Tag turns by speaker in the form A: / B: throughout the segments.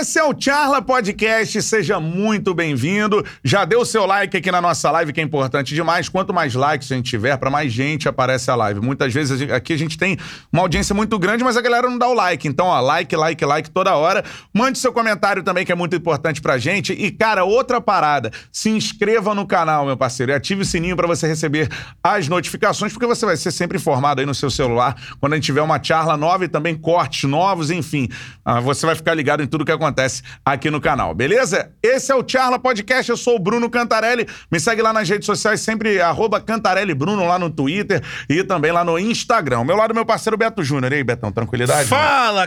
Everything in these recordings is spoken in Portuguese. A: Esse é o Charla Podcast, seja muito bem-vindo. Já deu o seu like aqui na nossa live, que é importante demais. Quanto mais likes a gente tiver, para mais gente aparece a live. Muitas vezes a gente- aqui a gente tem uma audiência muito grande, mas a galera não dá o like. Então, ó, like, like, like toda hora. Mande seu comentário também, que é muito importante pra gente. E, cara, outra parada, se inscreva no canal, meu parceiro, É e ative o sininho pra você receber as notificações, porque você vai ser sempre informado aí no seu celular quando a gente tiver uma charla nova e também cortes novos, enfim. Ah, Você vai ficar ligado em tudo que acontece aqui no canal, beleza? Esse é o Charla Podcast, eu sou o Bruno Cantarelli. Me segue lá nas redes sociais, sempre arroba Cantarelli Bruno lá no Twitter e também lá no Instagram. Ao Meu lado, meu parceiro Beto Júnior. E aí, Betão, tranquilidade?
B: Fala,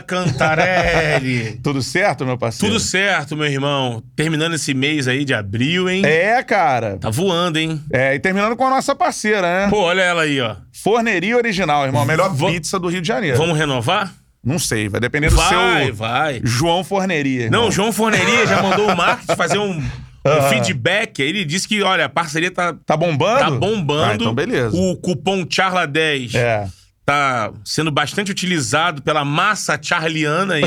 B: Cantarelli!
A: Tudo certo, meu parceiro?
B: Tudo certo, meu irmão. Terminando esse mês aí de abril, hein?
A: É, cara.
B: Tá voando, hein?
A: É, e terminando com a nossa parceira, né?
B: Pô, olha ela aí, ó.
A: Forneria original, irmão. A melhor
B: Va-
A: pizza do Rio de Janeiro.
B: Vamos renovar?
A: Não sei, vai depender do
B: Vai,
A: seu
B: vai.
A: João Forneria.
B: Não,
A: irmão.
B: o João Forneria já mandou o marketing fazer um, um feedback. Ele disse que, olha, a parceria tá,
A: Tá bombando?
B: tá bombando.
A: Ah, então beleza.
B: O cupom CHARLA10
A: É.
B: tá sendo bastante utilizado pela massa charliana aí.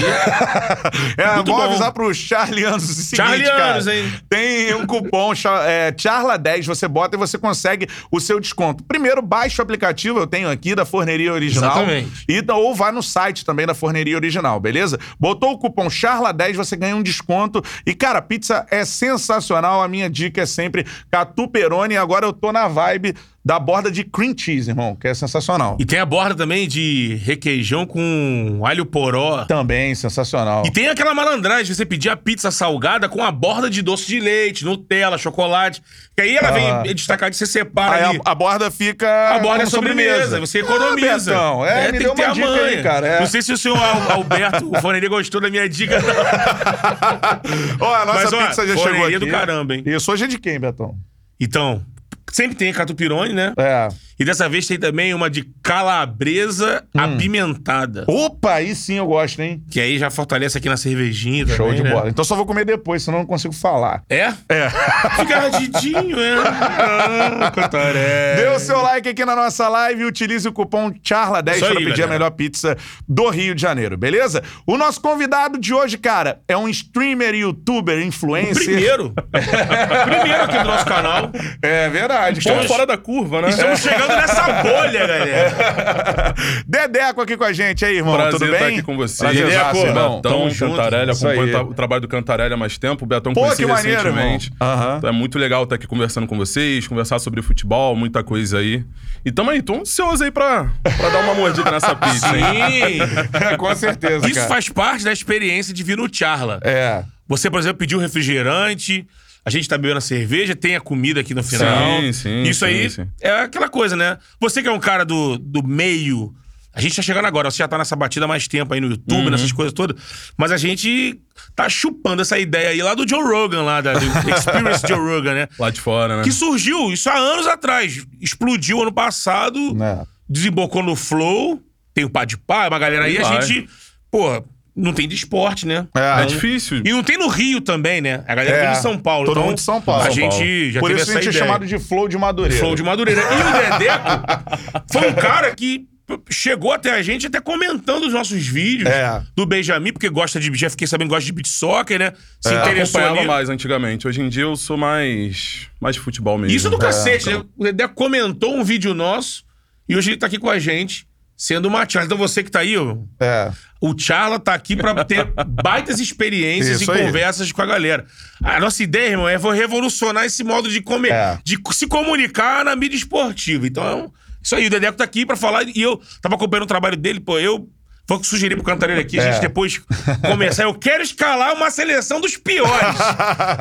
A: É,
B: Muito
A: vou
B: bom.
A: avisar pro Charlianos o seguinte,
B: Charlianos,
A: cara.
B: hein?
A: Tem um cupom cha- é, Charla10, você bota e você consegue o seu desconto. Primeiro, baixa o aplicativo, eu tenho aqui, da Forneria Original.
B: Exatamente.
A: E, da- ou vá no site também da Forneria Original, beleza? Botou o cupom Charla10, você ganha um desconto. E, cara, pizza é sensacional. A minha dica é sempre catuperone. Agora eu tô na vibe da borda de cream cheese, irmão, que é sensacional.
B: E tem a borda também de requeijão com alho poró.
A: Também sensacional.
B: E tem aquela malandragem de você pedir a pizza salgada com a borda de doce de leite, Nutella, chocolate. Que aí ela
A: Ah.
B: vem destacar que você separa
A: Aí
B: ali.
A: a, a borda fica.
B: A borda é
A: como
B: sobremesa, você economiza.
A: Ah, Betão, é, me
B: tem
A: deu
B: que ter
A: uma
B: a
A: dica
B: manha.
A: aí, cara. é.
B: Não sei se o senhor Al- Alberto Forneria gostou da minha dica, não.
A: Ó, a nossa
B: Mas, ó,
A: pizza já chegou
B: forneria
A: aqui.
B: do caramba, hein?
A: Isso hoje é de quem, Betão?
B: Então, sempre tem a catupirone, né?
A: É.
B: E dessa vez tem também uma de calabresa
A: Hum.
B: apimentada.
A: Opa, aí sim eu gosto, hein?
B: Que aí já fortalece aqui na cervejinha também,
A: Show de
B: né?
A: bola. Então só vou comer depois, senão eu não consigo falar.
B: É?
A: É.
B: Fica radidinho, né?
A: Ah,
B: Não, Cantarelli.
A: Dê o seu like aqui na nossa live e utilize o cupom CHARLA10
B: Isso
A: para
B: aí,
A: pedir a
B: galera.
A: melhor pizza do Rio de Janeiro, beleza? O nosso convidado de hoje, cara, é um streamer, youtuber, influencer.
B: Primeiro. Primeiro aqui do nosso canal.
A: É verdade. cara.
B: Estamos fora
C: da curva, né?
B: Estamos chegando nessa bolha, galera.
A: Dedeco aqui com a gente aí, irmão.
C: Prazer
B: tá
A: tudo bem?
C: estar aqui com você.
A: Prazer,
B: Dedeco.
A: irmão.
B: Tamo
C: Betão,
B: junto.
C: Cantarelli,
A: Isso aí.
C: acompanho ta- o trabalho do Cantarelli há mais tempo, o Betão
A: Pô,
C: conheci
A: que maneiro,
C: recentemente.
A: irmão. Aham.
C: Então é muito legal estar aqui conversando com vocês, conversar sobre futebol, muita coisa aí. E tamo aí, tô ansioso aí pra, pra dar uma mordida nessa pizza, hein?
B: Sim.
A: É, com certeza,
B: Isso
A: cara.
B: faz parte da experiência de vir no Charla.
A: É.
B: Você, por exemplo, pediu refrigerante, a gente tá bebendo a cerveja, tem a comida aqui no final.
C: Sim, sim,
B: Isso
C: sim,
B: aí
C: sim.
B: é aquela coisa, né? Você que é um cara do, do meio. A gente tá chegando agora, você já tá nessa batida há mais tempo aí no YouTube, nessas coisas todas. Mas a gente tá chupando essa ideia aí lá do Joe Rogan, lá da do Experience Joe Rogan, né?
C: Lá de
A: É.
C: fora, né?
B: Que surgiu isso há anos atrás. Explodiu ano passado,
A: Né?
B: desembocou no Flow. Tem o Pá de Pá, é uma galera aí. A
C: Vai.
B: gente, porra, não tem de esporte, né?
A: É.
C: É difícil.
B: E não tem no Rio também, né? A galera
A: É,
B: vem de São Paulo.
A: todo
B: então,
A: mundo de São Paulo.
B: A
A: São
B: gente
C: Paulo.
B: já
A: Por
B: teve
A: isso a
B: essa
A: gente é
B: ideia.
A: chamado de Flow de Madureira.
B: Flow de Madureira. E o Dedeco foi um cara que chegou até a gente até comentando os nossos vídeos
A: É.
B: do Benjamin, porque gosta de... Já fiquei sabendo que gosta de beat soccer, né? Se
A: É.
C: Eu
B: interessou
C: acompanhava
B: ali.
C: mais antigamente. Hoje em dia eu sou mais. mais de futebol mesmo.
B: Isso do cacete,
C: então.
B: né? O Dedé comentou um vídeo nosso e hoje ele tá aqui com a gente, sendo uma charla. Então você que tá aí, ó,
A: É.
B: o Charla tá aqui pra ter baitas experiências
A: Isso
B: e
A: aí.
B: conversas com a galera. A nossa ideia, irmão, é revolucionar esse modo de, comer,
A: É.
B: de se comunicar na mídia esportiva. Então, é um- isso aí, o Dedeco tá aqui pra falar e eu tava acompanhando o trabalho dele, pô, eu... Vou sugerir pro Cantareiro aqui, a gente
A: É.
B: depois começar. Eu quero escalar uma seleção dos piores.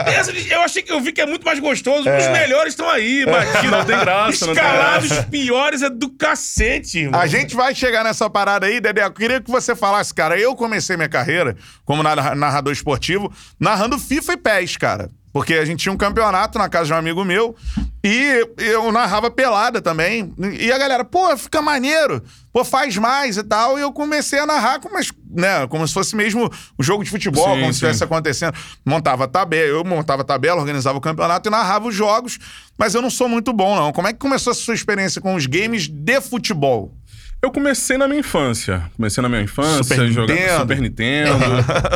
B: Essa, eu achei que eu vi que é muito mais gostoso. Os melhores estão aí, batido.
C: Não tem graça, não tem
B: Escalar
C: graça.
B: os piores é do cacete, irmão.
A: A gente vai chegar nessa parada aí, Dedé. Eu queria que você falasse, cara. Eu comecei minha carreira como narra- narrador esportivo, narrando FIFA e PES, cara. Porque a gente tinha um campeonato na casa de um amigo meu e eu narrava pelada também. E a galera, pô, fica maneiro, pô, faz mais e tal. E eu comecei a narrar como, as- né, como se fosse mesmo o jogo de futebol,
C: Sim,
A: como se
C: sim.
A: estivesse acontecendo. Montava tabela, eu montava tabela, organizava o campeonato e narrava os jogos. Mas eu não sou muito bom, não. Como é que começou a sua experiência com os games de futebol?
C: Eu comecei na minha infância. Comecei na minha infância,
A: Super
C: jogando
A: Nintendo.
C: Super Nintendo.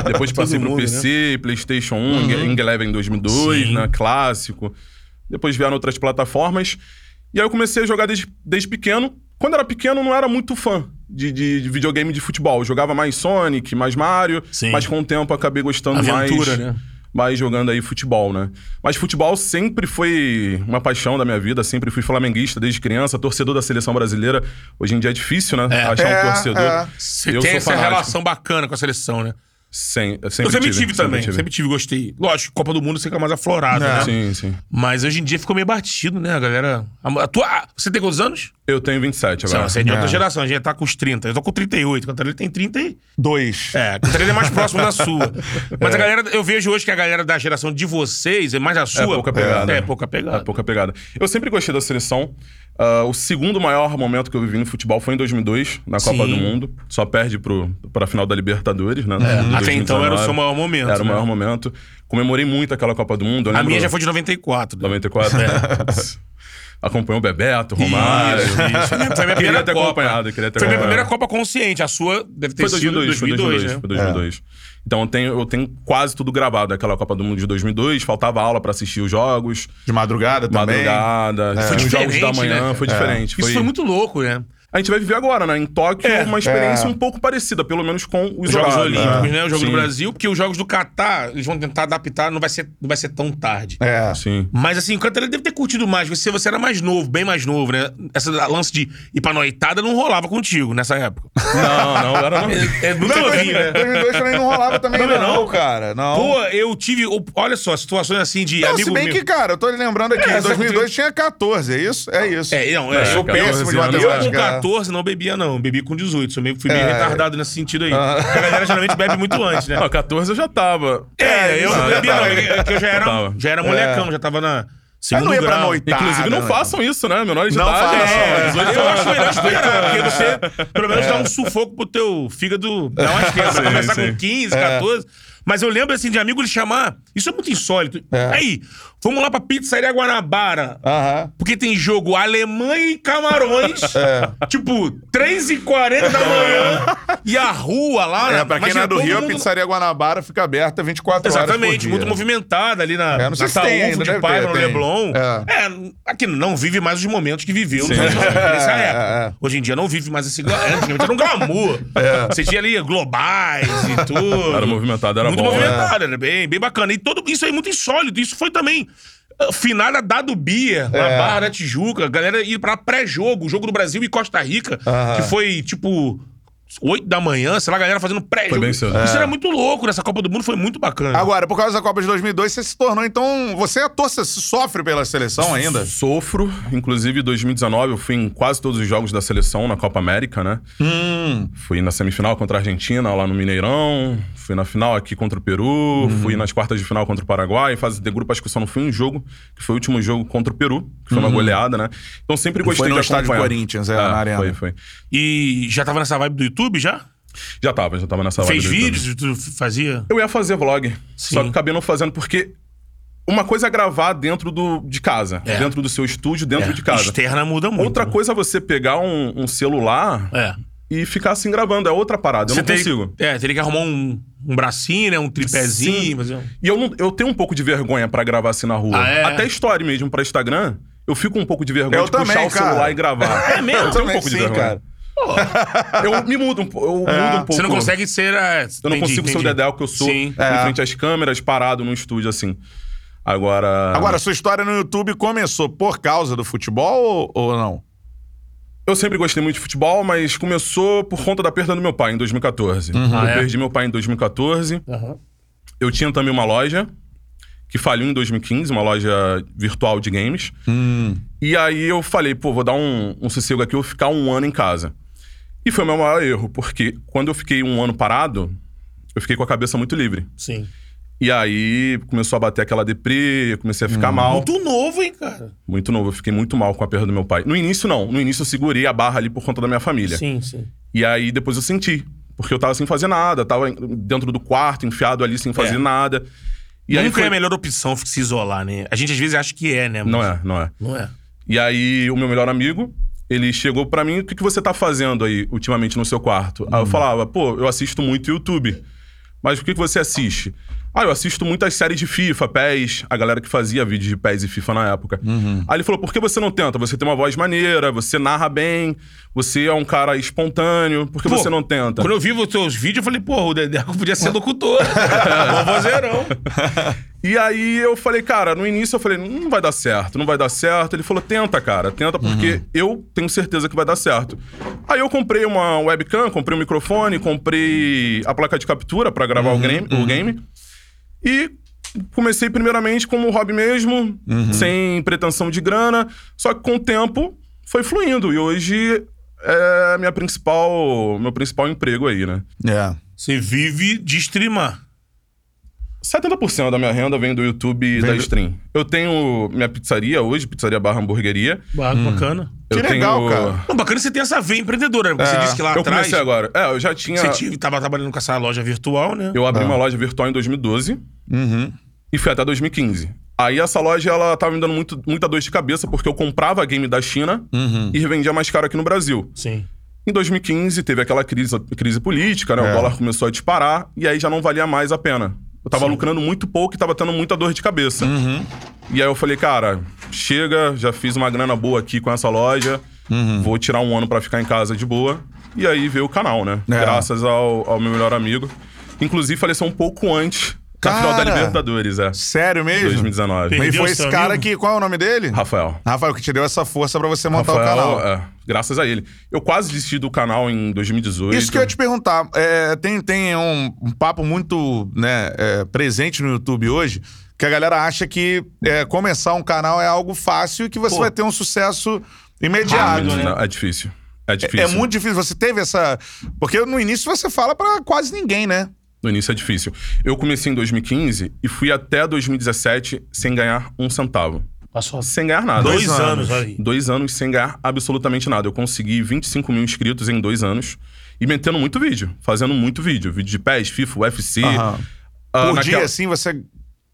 C: depois passei pro
B: mundo, né? Uhum.
C: PC, PlayStation 1, Ing Eleven em 2002,
B: Sim.
C: né? Clássico. Depois vieram outras plataformas. E aí eu comecei a jogar desde, desde pequeno. Quando era pequeno, eu não era muito fã de, de- de videogame de futebol. Eu jogava mais Sonic, mais Mario.
B: Sim.
C: Mas com o tempo eu acabei gostando
B: Aventura,
C: mais.
B: né?
C: Mas jogando aí futebol, né? Mas futebol sempre foi uma paixão da minha vida, sempre fui flamenguista desde criança, torcedor da seleção brasileira. Hoje em dia é difícil, né?
B: É.
C: Achar
A: É,
C: um torcedor.
A: é.
B: Você
C: Eu
B: tem
C: sou
B: essa
C: fanático.
B: relação bacana com a seleção, né?
C: Sem, eu
B: Eu
C: sempre
B: sempre tive, também,
C: tive.
B: sempre tive, gostei. Lógico, Copa do Mundo você fica mais aflorado,
A: É.
B: né?
C: Sim, sim.
B: Mas hoje em dia ficou meio batido, né, a galera? A, a tua, ah, você tem quantos anos?
C: Eu tenho 27
B: Sei lá,
C: agora.
B: você é de outra
A: É.
B: geração, a gente tá com os 30. Eu tô com 38, Cantarelli tem 30 e...
A: Dois.
B: É, a Cantarelli é mais próximo da sua.
C: É.
B: Mas a galera, eu vejo hoje que a galera da geração de vocês, é mais a sua...
C: pouca pegada.
B: É, pouca pegada.
C: É pouca pegada. Eu sempre gostei da seleção. Ah, o segundo maior momento que eu vivi no futebol foi em 2002, na Copa
B: Sim.
C: do Mundo. Só perde pro, pra final da Libertadores, né? Em
B: Até então
C: 2019.
B: era o seu maior momento,
C: Era o
B: né?
C: maior momento. Comemorei muito aquela Copa do Mundo. eu
B: A
C: lembro-
B: minha já foi de 94. né?
C: 94. Acompanhou o Bebeto, o Romário.
B: Isso, isso. Foi minha primeira
C: Queria ter
B: Copa.
C: acompanhado, queria ter
B: Foi minha
C: acompanhado.
B: primeira Copa consciente. A sua deve ter
C: Foi
B: sido
C: 2002, foi
B: 2002,
C: 2002,
B: né? É.
C: foi 2002. Então eu tenho, eu tenho quase tudo gravado daquela Copa do Mundo de 2002. Faltava aula pra assistir os jogos,
A: De madrugada também.
C: madrugada, os jogos
B: É. diferente,
C: da manhã.
B: né?
C: Foi diferente.
B: Isso foi muito louco, né?
C: A gente vai viver agora, né? Em Tóquio, uma experiência
A: é.
C: um pouco parecida, pelo menos com
B: Os
C: os
B: Jogos
C: horários.
B: Olímpicos, né? O jogo do
C: Sim,
B: Brasil, porque os Jogos do Catar, eles vão tentar adaptar, não vai ser, não vai ser tão tarde.
A: É.
C: Sim.
B: Mas assim, o Cantarelli deve ter curtido mais, porque você, você era mais novo, bem mais novo, né? Essa lance de ir pra noitada não rolava contigo nessa época.
C: Não, não, era não.
B: É, é muito
A: Não,
B: novinho, né?
A: 2002 também não rolava também, não, cara. Não.
B: Pô, eu tive. Olha só, situações assim de
A: Não,
B: amigo
A: se bem
B: meu.
A: que, cara, eu tô lembrando aqui,
B: É,
A: em
B: só
A: 2002 tinha 14, é isso? É isso.
B: É, não, é,
A: Eu é sou
C: é,
A: péssimo de
C: 14 anos,
B: Eu com
A: matemática.
B: 14 não bebia, não. Bebi com 18. Sou meio, fui meio
A: É.
B: retardado nesse sentido aí. Porque A galera geralmente bebe muito antes, né?
C: Não, 14 eu já tava.
B: É, eu não
C: Ah,
B: bebia, não.
C: tava.
B: É que eu já era,
C: Tava.
B: já era molecão, já tava na
A: Mas
B: segunda
A: não ia pra
B: grau.
A: noitada.
C: Inclusive,
B: Tá,
C: não
A: né?
C: façam isso, né? Menores de
A: Não
C: idade.
A: façam,
C: né?
A: é.
C: 18
B: Eu acho
C: anos.
B: melhor esperar, porque você, pelo menos, dá um sufoco pro teu fígado. Dá uma esquerda. Pra
C: Sim,
B: começar
C: sim.
B: com 15, 14. Mas eu lembro, assim, de amigo ele chamar... Isso é muito insólito. Aí, vamos lá pra pizzaria Guanabara.
A: Aham.
B: Porque tem jogo Alemanha e Camarões.
A: É.
B: Tipo, 3h40 da manhã. e a rua lá.
A: É,
B: né?
A: pra quem não
B: Imagina,
A: é do
B: todo
A: Rio, a
B: mundo-
A: pizzaria Guanabara fica aberta 24 horas. por
B: Exatamente,
A: dia.
B: muito movimentada ali na,
A: É, não
B: na
A: sei se tem ainda,
B: Taúfo de
A: deve ter,
B: Paiva, no
A: tem.
B: Leblon.
A: É.
B: É. aqui não vive mais os momentos que viveu nos
C: Sim.
B: anos 90, nessa
A: É,
B: época.
A: é, é.
B: Hoje em dia não vive mais esse... gla- Antigamente era um glamour. Você tinha ali globais e tudo.
A: um
C: Era movimentado, era
B: muito
C: bom. né?
B: movimentado, era bem, bem bacana. E todo, isso aí é muito insólito. Isso foi também... ah, Finada dado Bia, na
A: É.
B: Barra da Tijuca, a galera ir pra pré-jogo, o jogo do Brasil e Costa Rica,
A: Aham.
B: que foi tipo 8 da manhã, sei lá, a galera fazendo pré-jogo.
C: bem
B: Isso
C: cedo. É.
B: era muito louco nessa Copa do Mundo, foi muito bacana.
A: Agora, por causa da Copa de 2002, você se tornou, então... Você é torce, sofre pela seleção ainda?
C: Sofro. Inclusive, em 2019, eu fui em quase todos os jogos da seleção na Copa América, né?
A: Hum.
C: Fui na semifinal contra a Argentina, lá no Mineirão. Fui na final aqui contra o Peru.
A: Uhum.
C: Fui nas quartas de final contra o Paraguai. Fase de grupo, acho que eu só não fui em um jogo, que foi o último jogo contra o Peru, que foi uma goleada, né? Então, sempre
A: Uhum.
C: gostei
A: Foi no
C: de
A: estádio
C: acompanhar.
A: Corinthians, é, na arena.
C: Foi, foi.
B: E já tava nessa vibe do YouTube já?
C: Já tava, já tava nessa
B: Fez
C: vibe do YouTube.
B: vídeos, tu fazia.
C: Eu ia fazer vlog, só
B: Sim.
C: que acabei não fazendo porque uma coisa é gravar dentro do, de casa,
B: É.
C: dentro do seu estúdio, dentro
B: É,
C: de casa.
B: Externa muda muito. né?
C: Outra coisa é você pegar um, um celular
B: É.
C: e ficar assim gravando, é outra parada, eu não
B: tem-
C: consigo.
B: É, teria que arrumar um, um bracinho, né? Um tripézinho.
C: Sim.
B: fazer um-
C: E eu, não- eu tenho um pouco de vergonha pra gravar assim na rua.
B: Ah, é?
C: Até story mesmo pra Instagram, eu fico um pouco de vergonha
A: Eu
C: de puxar
A: também,
C: o celular
A: cara.
C: e gravar.
B: É mesmo?
C: Eu tenho um
A: Também
C: pouco de
A: sim,
C: vergonha.
A: cara. É.
C: Eu me mudo um, po- eu mudo um pouco.
B: Você não consegue ser. é,
C: Eu não
B: entendi,
C: consigo ser o
B: entendi.
C: Dedé, o que eu sou,
B: Sim.
C: em
A: É.
C: frente às câmeras, parado num estúdio assim. Agora.
A: Agora, sua história no YouTube começou por causa do futebol ou, ou não?
C: Eu sempre gostei muito de futebol, mas começou por conta da perda do meu pai em 2014. Eu
B: Ah, é?
C: perdi meu pai em 2014.
B: Aham.
C: Eu tinha também uma loja que faliu em 2015, uma loja virtual de games.
A: Hum.
C: E aí eu falei, pô, vou dar um, um sossego aqui, eu vou ficar um ano em casa. E foi o meu maior erro, porque quando eu fiquei um ano parado, eu fiquei com a cabeça muito livre.
B: Sim.
C: E aí começou a bater aquela deprê, eu comecei a
B: Uhum.
C: ficar mal.
B: Muito novo, hein, cara?
C: Muito novo, eu fiquei muito mal com a perda do meu pai. No início, não. No início, eu segurei a barra ali por conta da minha família.
B: Sim, sim.
C: E aí depois eu senti. Porque eu tava sem fazer nada, tava em- dentro do quarto, enfiado ali sem fazer
B: É.
C: nada. E
B: Nunca
C: aí foi...
B: é a melhor opção se isolar, né? A gente às vezes acha que é, né? mas
C: Não é, não é.
B: Não é.
C: E aí o meu melhor amigo, Ele chegou pra mim, o que, que você tá fazendo aí ultimamente no seu quarto? Aí eu falava, pô, eu assisto muito YouTube. Mas o que, que você assiste? Ah, eu assisto muitas séries de FIFA, PES, a galera que fazia vídeos de PES e FIFA na época. Aí ele falou: por que você não tenta? Você tem uma voz maneira, você narra bem, você é um cara espontâneo, por que
B: Pô,
C: você não tenta?
B: Quando eu vi os teus vídeos, eu falei, porra, o Dedeco podia ser locutor. Bom vozeirão.
C: E aí eu falei, cara, no início eu falei, "Hum, não vai dar certo, não vai dar certo. Ele falou, tenta, cara, tenta, porque eu tenho certeza que vai dar certo. Aí eu comprei uma webcam, comprei um microfone, comprei a placa de captura pra gravar o, game, o game. E comecei primeiramente como um hobby mesmo, sem pretensão de grana. Só que com o tempo foi fluindo. E hoje é minha principal, meu principal emprego aí, né?
A: É.
B: Você vive de streamar.
C: 70% da minha renda vem do YouTube e da
A: do-
C: stream. Eu tenho minha pizzaria hoje, pizzaria barra hamburgueria.
B: Bah, Bacana.
A: Que
C: eu
A: legal,
C: tenho...
A: cara.
B: Não, bacana você ter essa veia empreendedora. né? Porque você disse que lá
C: É. eu
B: atrás
C: comecei agora. É, eu já tinha...
B: você tive- tava trabalhando com essa loja virtual, né?
C: Eu abri uma loja virtual em 2012
A: Uhum.
C: e fui até 2015. Aí essa loja, ela tava me dando muito, muita dor de cabeça porque eu comprava game da China e revendia mais caro aqui no Brasil.
B: Sim.
C: Em 2015 teve aquela crise, crise política, né?
A: É.
C: O dólar começou a disparar e aí já não valia mais a pena. Eu tava lucrando muito pouco e tava tendo muita dor de cabeça.
A: Uhum.
C: E aí eu falei, cara, chega, já fiz uma grana boa aqui com essa loja,
A: Uhum.
C: vou tirar um ano pra ficar em casa de boa. E aí veio o canal, né?
A: É.
C: Graças ao, ao meu melhor amigo. Inclusive faleceu um pouco antes da final da
A: Cara!
C: Libertadores, é.
A: Sério mesmo?
C: 2019.
B: Bem-
A: E
B: Perdeu
A: foi
B: seu
A: esse cara
B: amigo?
A: que. Qual é o nome dele?
C: Rafael.
A: Rafael, que te deu essa força pra você montar o
C: Rafael,
A: canal.
C: é, graças a ele. Eu quase desisti do canal em 2018.
A: Isso que eu ia te perguntar. é, tem tem um, um papo muito né, é, presente no YouTube hoje que a galera acha que é, começar um canal é algo fácil e que você
B: Pô.
A: vai ter um sucesso imediato.
B: Rápido, né?
C: Não, É difícil. É
A: É
C: difícil.
A: muito difícil. Você teve essa. Porque no início você fala pra quase ninguém, né?
C: No início é difícil. Eu comecei em 2015 e fui até 2017 sem ganhar um centavo.
B: Passou
C: Sem ganhar nada.
B: dois,
A: dois anos.
B: anos, aí.
C: Dois anos sem ganhar absolutamente nada. Eu consegui 25 mil inscritos em dois anos e metendo muito vídeo, fazendo muito vídeo. Vídeo de pés, FIFA, UFC.
A: Aham.
C: Ah,
A: Por
C: naquela-
A: dia, assim, você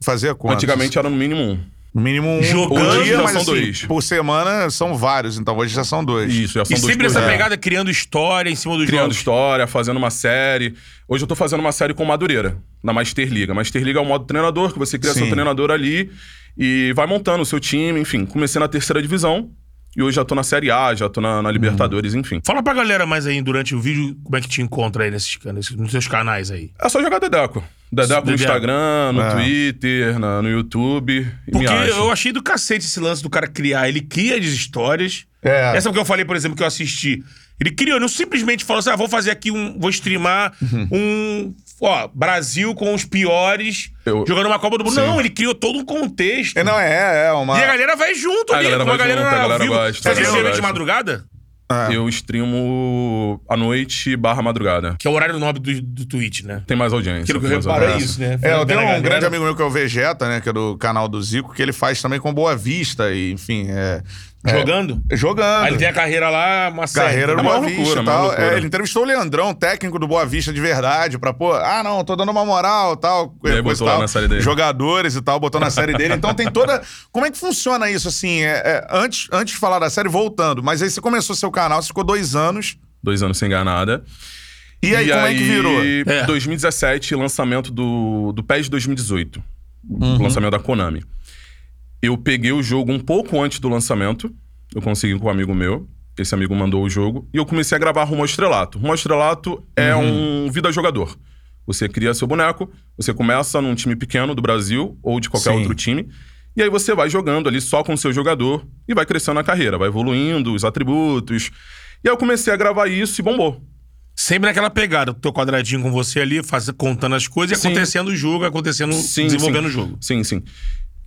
A: fazia quantos?
C: Antigamente era no mínimo um.
A: No mínimo um
B: Jogando,
A: por dia,
C: já
A: mas
C: são
A: assim,
C: dois.
A: por semana são vários, então hoje já são dois.
C: Isso, já são
B: E
C: dois
B: sempre
C: por
B: essa
C: dia.
B: pegada criando história em cima dos
C: Criando
B: jogos.
C: história, fazendo uma série. Hoje eu tô fazendo uma série com o Madureira, na Master Liga. Master Liga é o modo treinador, que você cria
A: Sim.
C: seu treinador ali e vai montando o seu time, enfim. Comecei na terceira divisão e hoje já tô na Série A, já tô na, na Libertadores, enfim.
B: Fala pra galera mais aí durante o vídeo como é que te encontra aí nesses, can- nesses- nos seus canais aí.
C: É só jogar Dedeco. Dedeco no
B: Dedeco.
C: Instagram, no
A: É.
C: Twitter, na- no YouTube. E
B: Porque
C: me acha.
B: eu achei do cacete esse lance do cara criar. Ele cria as histórias.
C: Ah.
A: É.
B: Essa que eu falei, por exemplo, que eu assisti. Ele criou, não simplesmente falou assim: ah, vou fazer aqui um. Vou streamar
C: Uhum.
B: um. Ó, Brasil com os piores
C: Eu-
B: jogando uma Copa do Mundo. Não, ele criou todo um contexto.
A: É, Não, é, é uma.
B: E a galera vai junto
C: A
B: ali,
C: galera
B: como a
C: vai
B: galera
C: junto, a
B: ao
C: galera
B: vivo.
C: gosta,
B: Você
C: a galera
B: assiste de
C: gosta.
B: madrugada?
A: É.
C: Eu streamo à noite barra madrugada.
B: Que é o horário nobre do, do Twitch, né?
C: Tem mais audiência.
B: Aquilo que eu
C: tem mais
B: reparo é
C: audiência.
B: isso, né?
A: É, eu tenho
B: Pela
A: um
B: galera.
A: grande amigo meu que é o Vegeta, né? Que é do canal do Zico, que ele faz também com Boa Vista e, enfim, é... é,
B: Jogando?
A: jogando.
B: Aí ele tem a carreira lá, uma série.
A: Carreira
C: É
A: do
C: uma
A: Boa
C: loucura,
A: Vista e
C: é uma
A: tal.
C: loucura.
A: É, ele entrevistou o Leandrão, técnico do Boa Vista de verdade, pra pô, ah, não, tô dando uma moral tal,
C: E aí
A: coisa
C: botou lá
A: tal,
C: na série dele.
A: Jogadores e tal, botou na série dele. Então tem toda. Como é que funciona isso, assim? É, é, antes, antes de falar da série, voltando, mas aí você começou seu canal, você ficou dois anos.
C: Dois anos sem ganhar nada.
A: E aí, como é que virou?
B: É.
C: 2017, lançamento do, do PES 2018. o
A: Uhum.
C: Lançamento da Konami. Eu peguei o jogo um pouco antes do lançamento. Eu consegui com um amigo meu. Esse amigo mandou o jogo. E eu comecei a gravar Rumo ao Estrelato. Rumo ao Estrelato é
A: Uhum.
C: um vida jogador. Você cria seu boneco, você começa num time pequeno do Brasil ou de qualquer
A: Sim.
C: outro time. E aí você vai jogando ali só com o seu jogador e vai crescendo na carreira, vai evoluindo os atributos. E aí eu comecei a gravar isso e bombou.
B: Sempre naquela pegada, o teu quadradinho com você ali, faz, contando as coisas e
C: Sim.
B: acontecendo o jogo, acontecendo, desenvolvendo
C: sim.
B: o jogo.
C: Sim, sim.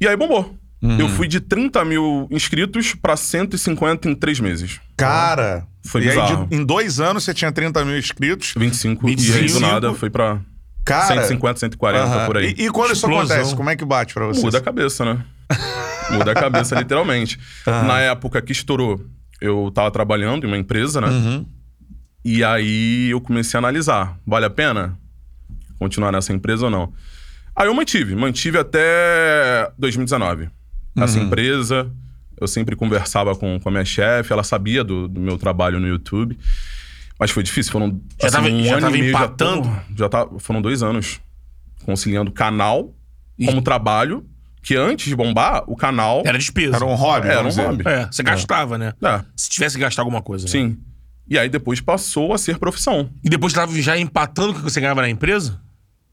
C: E aí bombou. Eu fui de 30 mil inscritos pra 150 em três meses.
A: Cara.
C: Foi
A: e aí,
C: bizarro.
A: de- em dois anos, você tinha 30 mil inscritos.
C: 25,
B: 25.
C: e aí do nada foi pra
A: Cara.
C: 150, 140
A: Aham.
C: por aí.
A: E, e quando
B: Explosão.
A: isso acontece, como é que bate pra você?
C: Muda a cabeça, né? Muda a cabeça, literalmente. Na época que estourou, eu tava trabalhando em uma empresa, né? E aí eu comecei a analisar. Vale a pena continuar nessa empresa ou não?
B: Uhum.
C: Aí eu mantive. Mantive até 2019. Essa empresa. Eu sempre conversava com, com a minha chefe, ela sabia do, do meu trabalho no YouTube. Mas foi difícil, foram assim, um
B: Já tava- já tava
C: meio,
B: empatando?
C: Já, tô- já tá- foram dois anos conciliando canal como trabalho, que antes de bombar, o canal
B: Era despesa.
A: Era um hobby,
C: Era
A: vamos
C: um
A: dizer.
C: hobby.
B: É, você gastava, né?
C: É,
B: Se tivesse que gastar alguma coisa. né?
C: sim. E aí depois passou a ser profissão.
B: E depois tava já empatando o que você ganhava na empresa?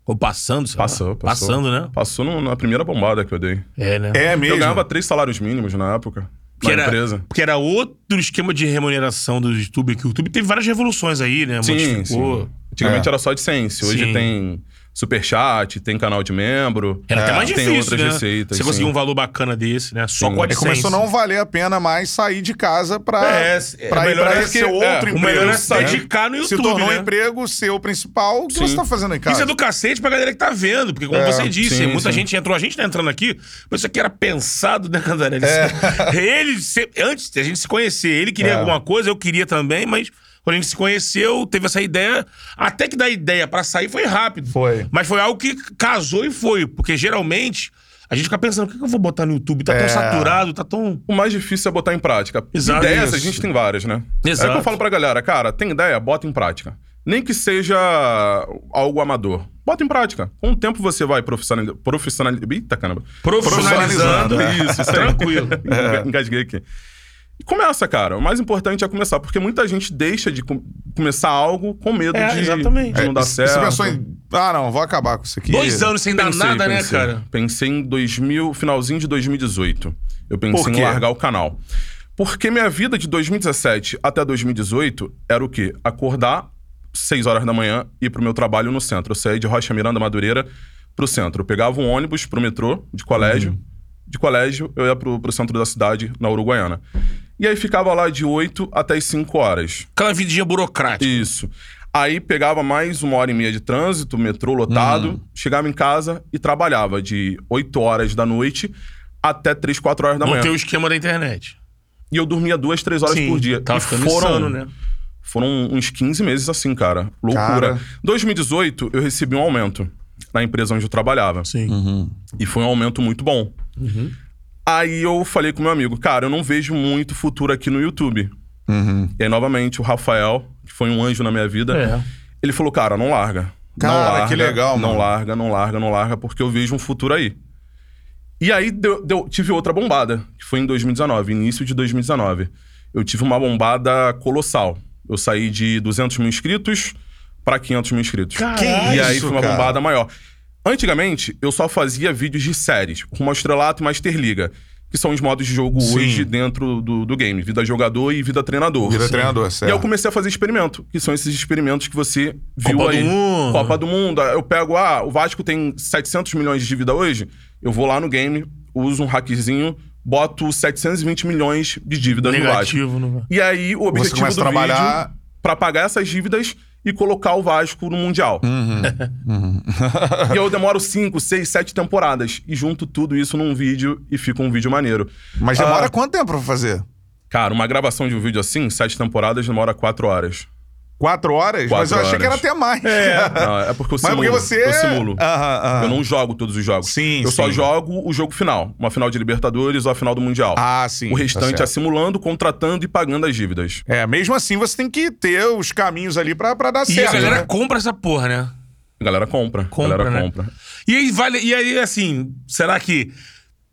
B: Ou passando, sei lá.
C: Passou, passou.
B: Passando, né?
C: Passou no- na primeira bombada que eu dei.
B: É, né?
A: É mesmo.
C: Eu ganhava três salários mínimos na época.
B: Que
C: na
B: era,
C: empresa.
B: Porque era outro esquema de remuneração do YouTube, que o YouTube teve várias revoluções aí, né?
C: Sim,
B: Modificou.
C: sim. Antigamente
A: É.
C: era só AdSense. Hoje
B: Sim.
C: tem superchat, tem canal de membro. é,
B: Era até mais difícil,
C: Tem outras
B: né?
C: receitas.
B: Você
C: sim.
B: conseguiu um valor bacana desse, né? Só
C: Sim.
B: com
A: Aí
B: a
C: É,
B: AdSense.
A: começou a não valer a pena mais sair de casa pra,
B: É, é,
A: pra
B: o
A: ir
B: melhor
A: pra
B: é
A: esse
C: que-
A: outro
C: é, o
A: emprego.
B: O melhor é se
A: né?
B: dedicar no
A: Se
B: YouTube,
A: tornou
B: né?
A: um emprego seu principal, o que
C: Sim.
A: você tá fazendo em
B: Isso
A: casa?
B: é do cacete pra galera que tá vendo, porque como
A: É,
B: você disse,
C: sim,
B: muita
C: sim.
B: gente entrou, a gente tá entrando aqui, mas isso aqui era pensado, né, Cantarelli? Ele, se- antes da gente se conhecer, ele queria
A: É.
B: alguma coisa, eu queria também, mas quando a gente se conheceu, teve essa ideia, até que da ideia pra sair foi rápido.
A: Foi.
B: Mas foi algo que casou e foi, porque geralmente a gente fica pensando, o que que eu vou botar no YouTube? Tá tão
A: É.
B: saturado, tá tão...
C: O mais difícil é botar em prática.
B: Exato.
C: Ideias,
B: Isso.
C: a gente tem várias, né? É o
B: Exato.
C: que eu falo pra galera, cara, tem ideia? Bota em prática. Nem que seja algo amador. Bota em prática. Com o tempo você vai profissionalizando. Profissionali... Eita, caramba.
A: Profissionalizando, é.
C: Isso, isso aí. É.
B: Tranquilo.
C: Enga- Engasguei aqui. E começa, cara. O mais importante é começar, porque muita gente deixa de com- começar algo com medo
B: É,
C: de,
B: exatamente.
C: de não dar certo.
A: Você pensou em. Ah, não, vou acabar com isso aqui.
B: Dois anos sem dar
C: Pensei,
B: nada,
C: pensei.
B: né, cara?
C: Pensei em 2000, finalzinho de 2018. Eu
A: Por
C: pensei
A: quê?
C: em largar o canal. Porque minha vida de 2017 até 2018 era o quê? Acordar 6 horas da manhã e ir pro meu trabalho no centro. Eu saía de Rocha Miranda Madureira pro centro. Eu pegava um ônibus pro metrô de colégio.
B: Uhum.
C: De colégio, eu ia pro, pro centro da cidade, na Uruguaiana. E aí ficava lá de 8 até as 5 horas.
B: Aquela vidinha burocrática.
C: Isso. Aí pegava mais uma hora e meia de trânsito, metrô lotado,
B: Hum.
C: chegava em casa e trabalhava de 8 horas da noite até 3, 4 horas da
B: Não é.
C: manhã.
B: tem o esquema da internet.
C: E eu dormia duas, três horas por dia.
B: Tá
C: e
B: ficando
C: foram,
B: insano, né?
C: foram uns 15 meses assim, cara. Loucura.
A: Cara.
C: 2018, eu recebi um aumento na empresa onde eu trabalhava.
B: Sim.
C: E foi um aumento muito bom.
B: Uhum.
C: Aí eu falei com meu amigo, cara, eu não vejo muito futuro aqui no YouTube.
A: Uhum.
C: E aí, novamente, o Rafael, que foi um anjo na minha vida,
B: É.
C: ele falou, cara, não larga.
A: Cara,
C: não larga,
A: que legal,
C: Não
A: mano.
C: larga, não larga, não larga, porque eu vejo um futuro aí. E aí deu- deu- tive outra bombada, que foi em 2019, início de 2019. Eu tive uma bombada colossal. Eu saí de 200 mil inscritos pra 500 mil inscritos.
B: Caralho,
C: e aí
A: isso,
C: foi uma
A: cara.
C: bombada maior. Antigamente, eu só fazia vídeos de séries, como Estrelato e Master Liga, que são os modos de jogo
A: Sim.
C: hoje dentro do, do game. Vida jogador e vida treinador.
A: Vira
C: Sim.
A: treinador,
C: E é aí eu
A: certo.
C: comecei a fazer experimento, que são esses experimentos que você viu
B: Copa
C: aí.
B: do Mundo.
C: Copa do Mundo. Eu pego, ah, o Vasco tem 700 milhões de dívida hoje, eu vou lá no game, uso um hackzinho, boto 720 milhões de dívida no Vasco.
B: Negativo, não vai.
C: E aí o
A: Você
C: objetivo
A: começa
C: do
A: a trabalhar-
C: vídeo para pagar essas dívidas e colocar o Vasco no Mundial.
A: Uhum.
C: e eu demoro 5, 6, 7 temporadas e junto tudo isso num vídeo e fica um vídeo maneiro.
A: Mas
C: Ah.
A: demora quanto tempo pra fazer?
C: Cara, uma gravação de um vídeo assim, sete temporadas, demora 4 horas.
A: Quatro horas? Mas
C: Quatro
A: eu achei que era
C: horas.
A: até mais.
C: Não, é porque eu
A: Mas
C: simulo.
A: porque você.
C: Eu simulo.
A: Aham, aham.
C: Eu não jogo todos os jogos.
A: Sim,
C: Eu só
A: sim.
C: jogo o jogo final. Uma final de Libertadores ou a final do Mundial.
A: Ah, sim.
C: o restante
A: tá
C: é
A: certo.
C: simulando, contratando e pagando as dívidas.
A: É, mesmo assim você tem que ter os caminhos ali pra, pra dar
B: E
A: certo.
B: a galera
A: né?
B: compra essa porra, né?
C: A galera compra.
B: Compra,
C: a galera
B: né?
C: compra.
B: E aí, vale, e aí, assim, será que...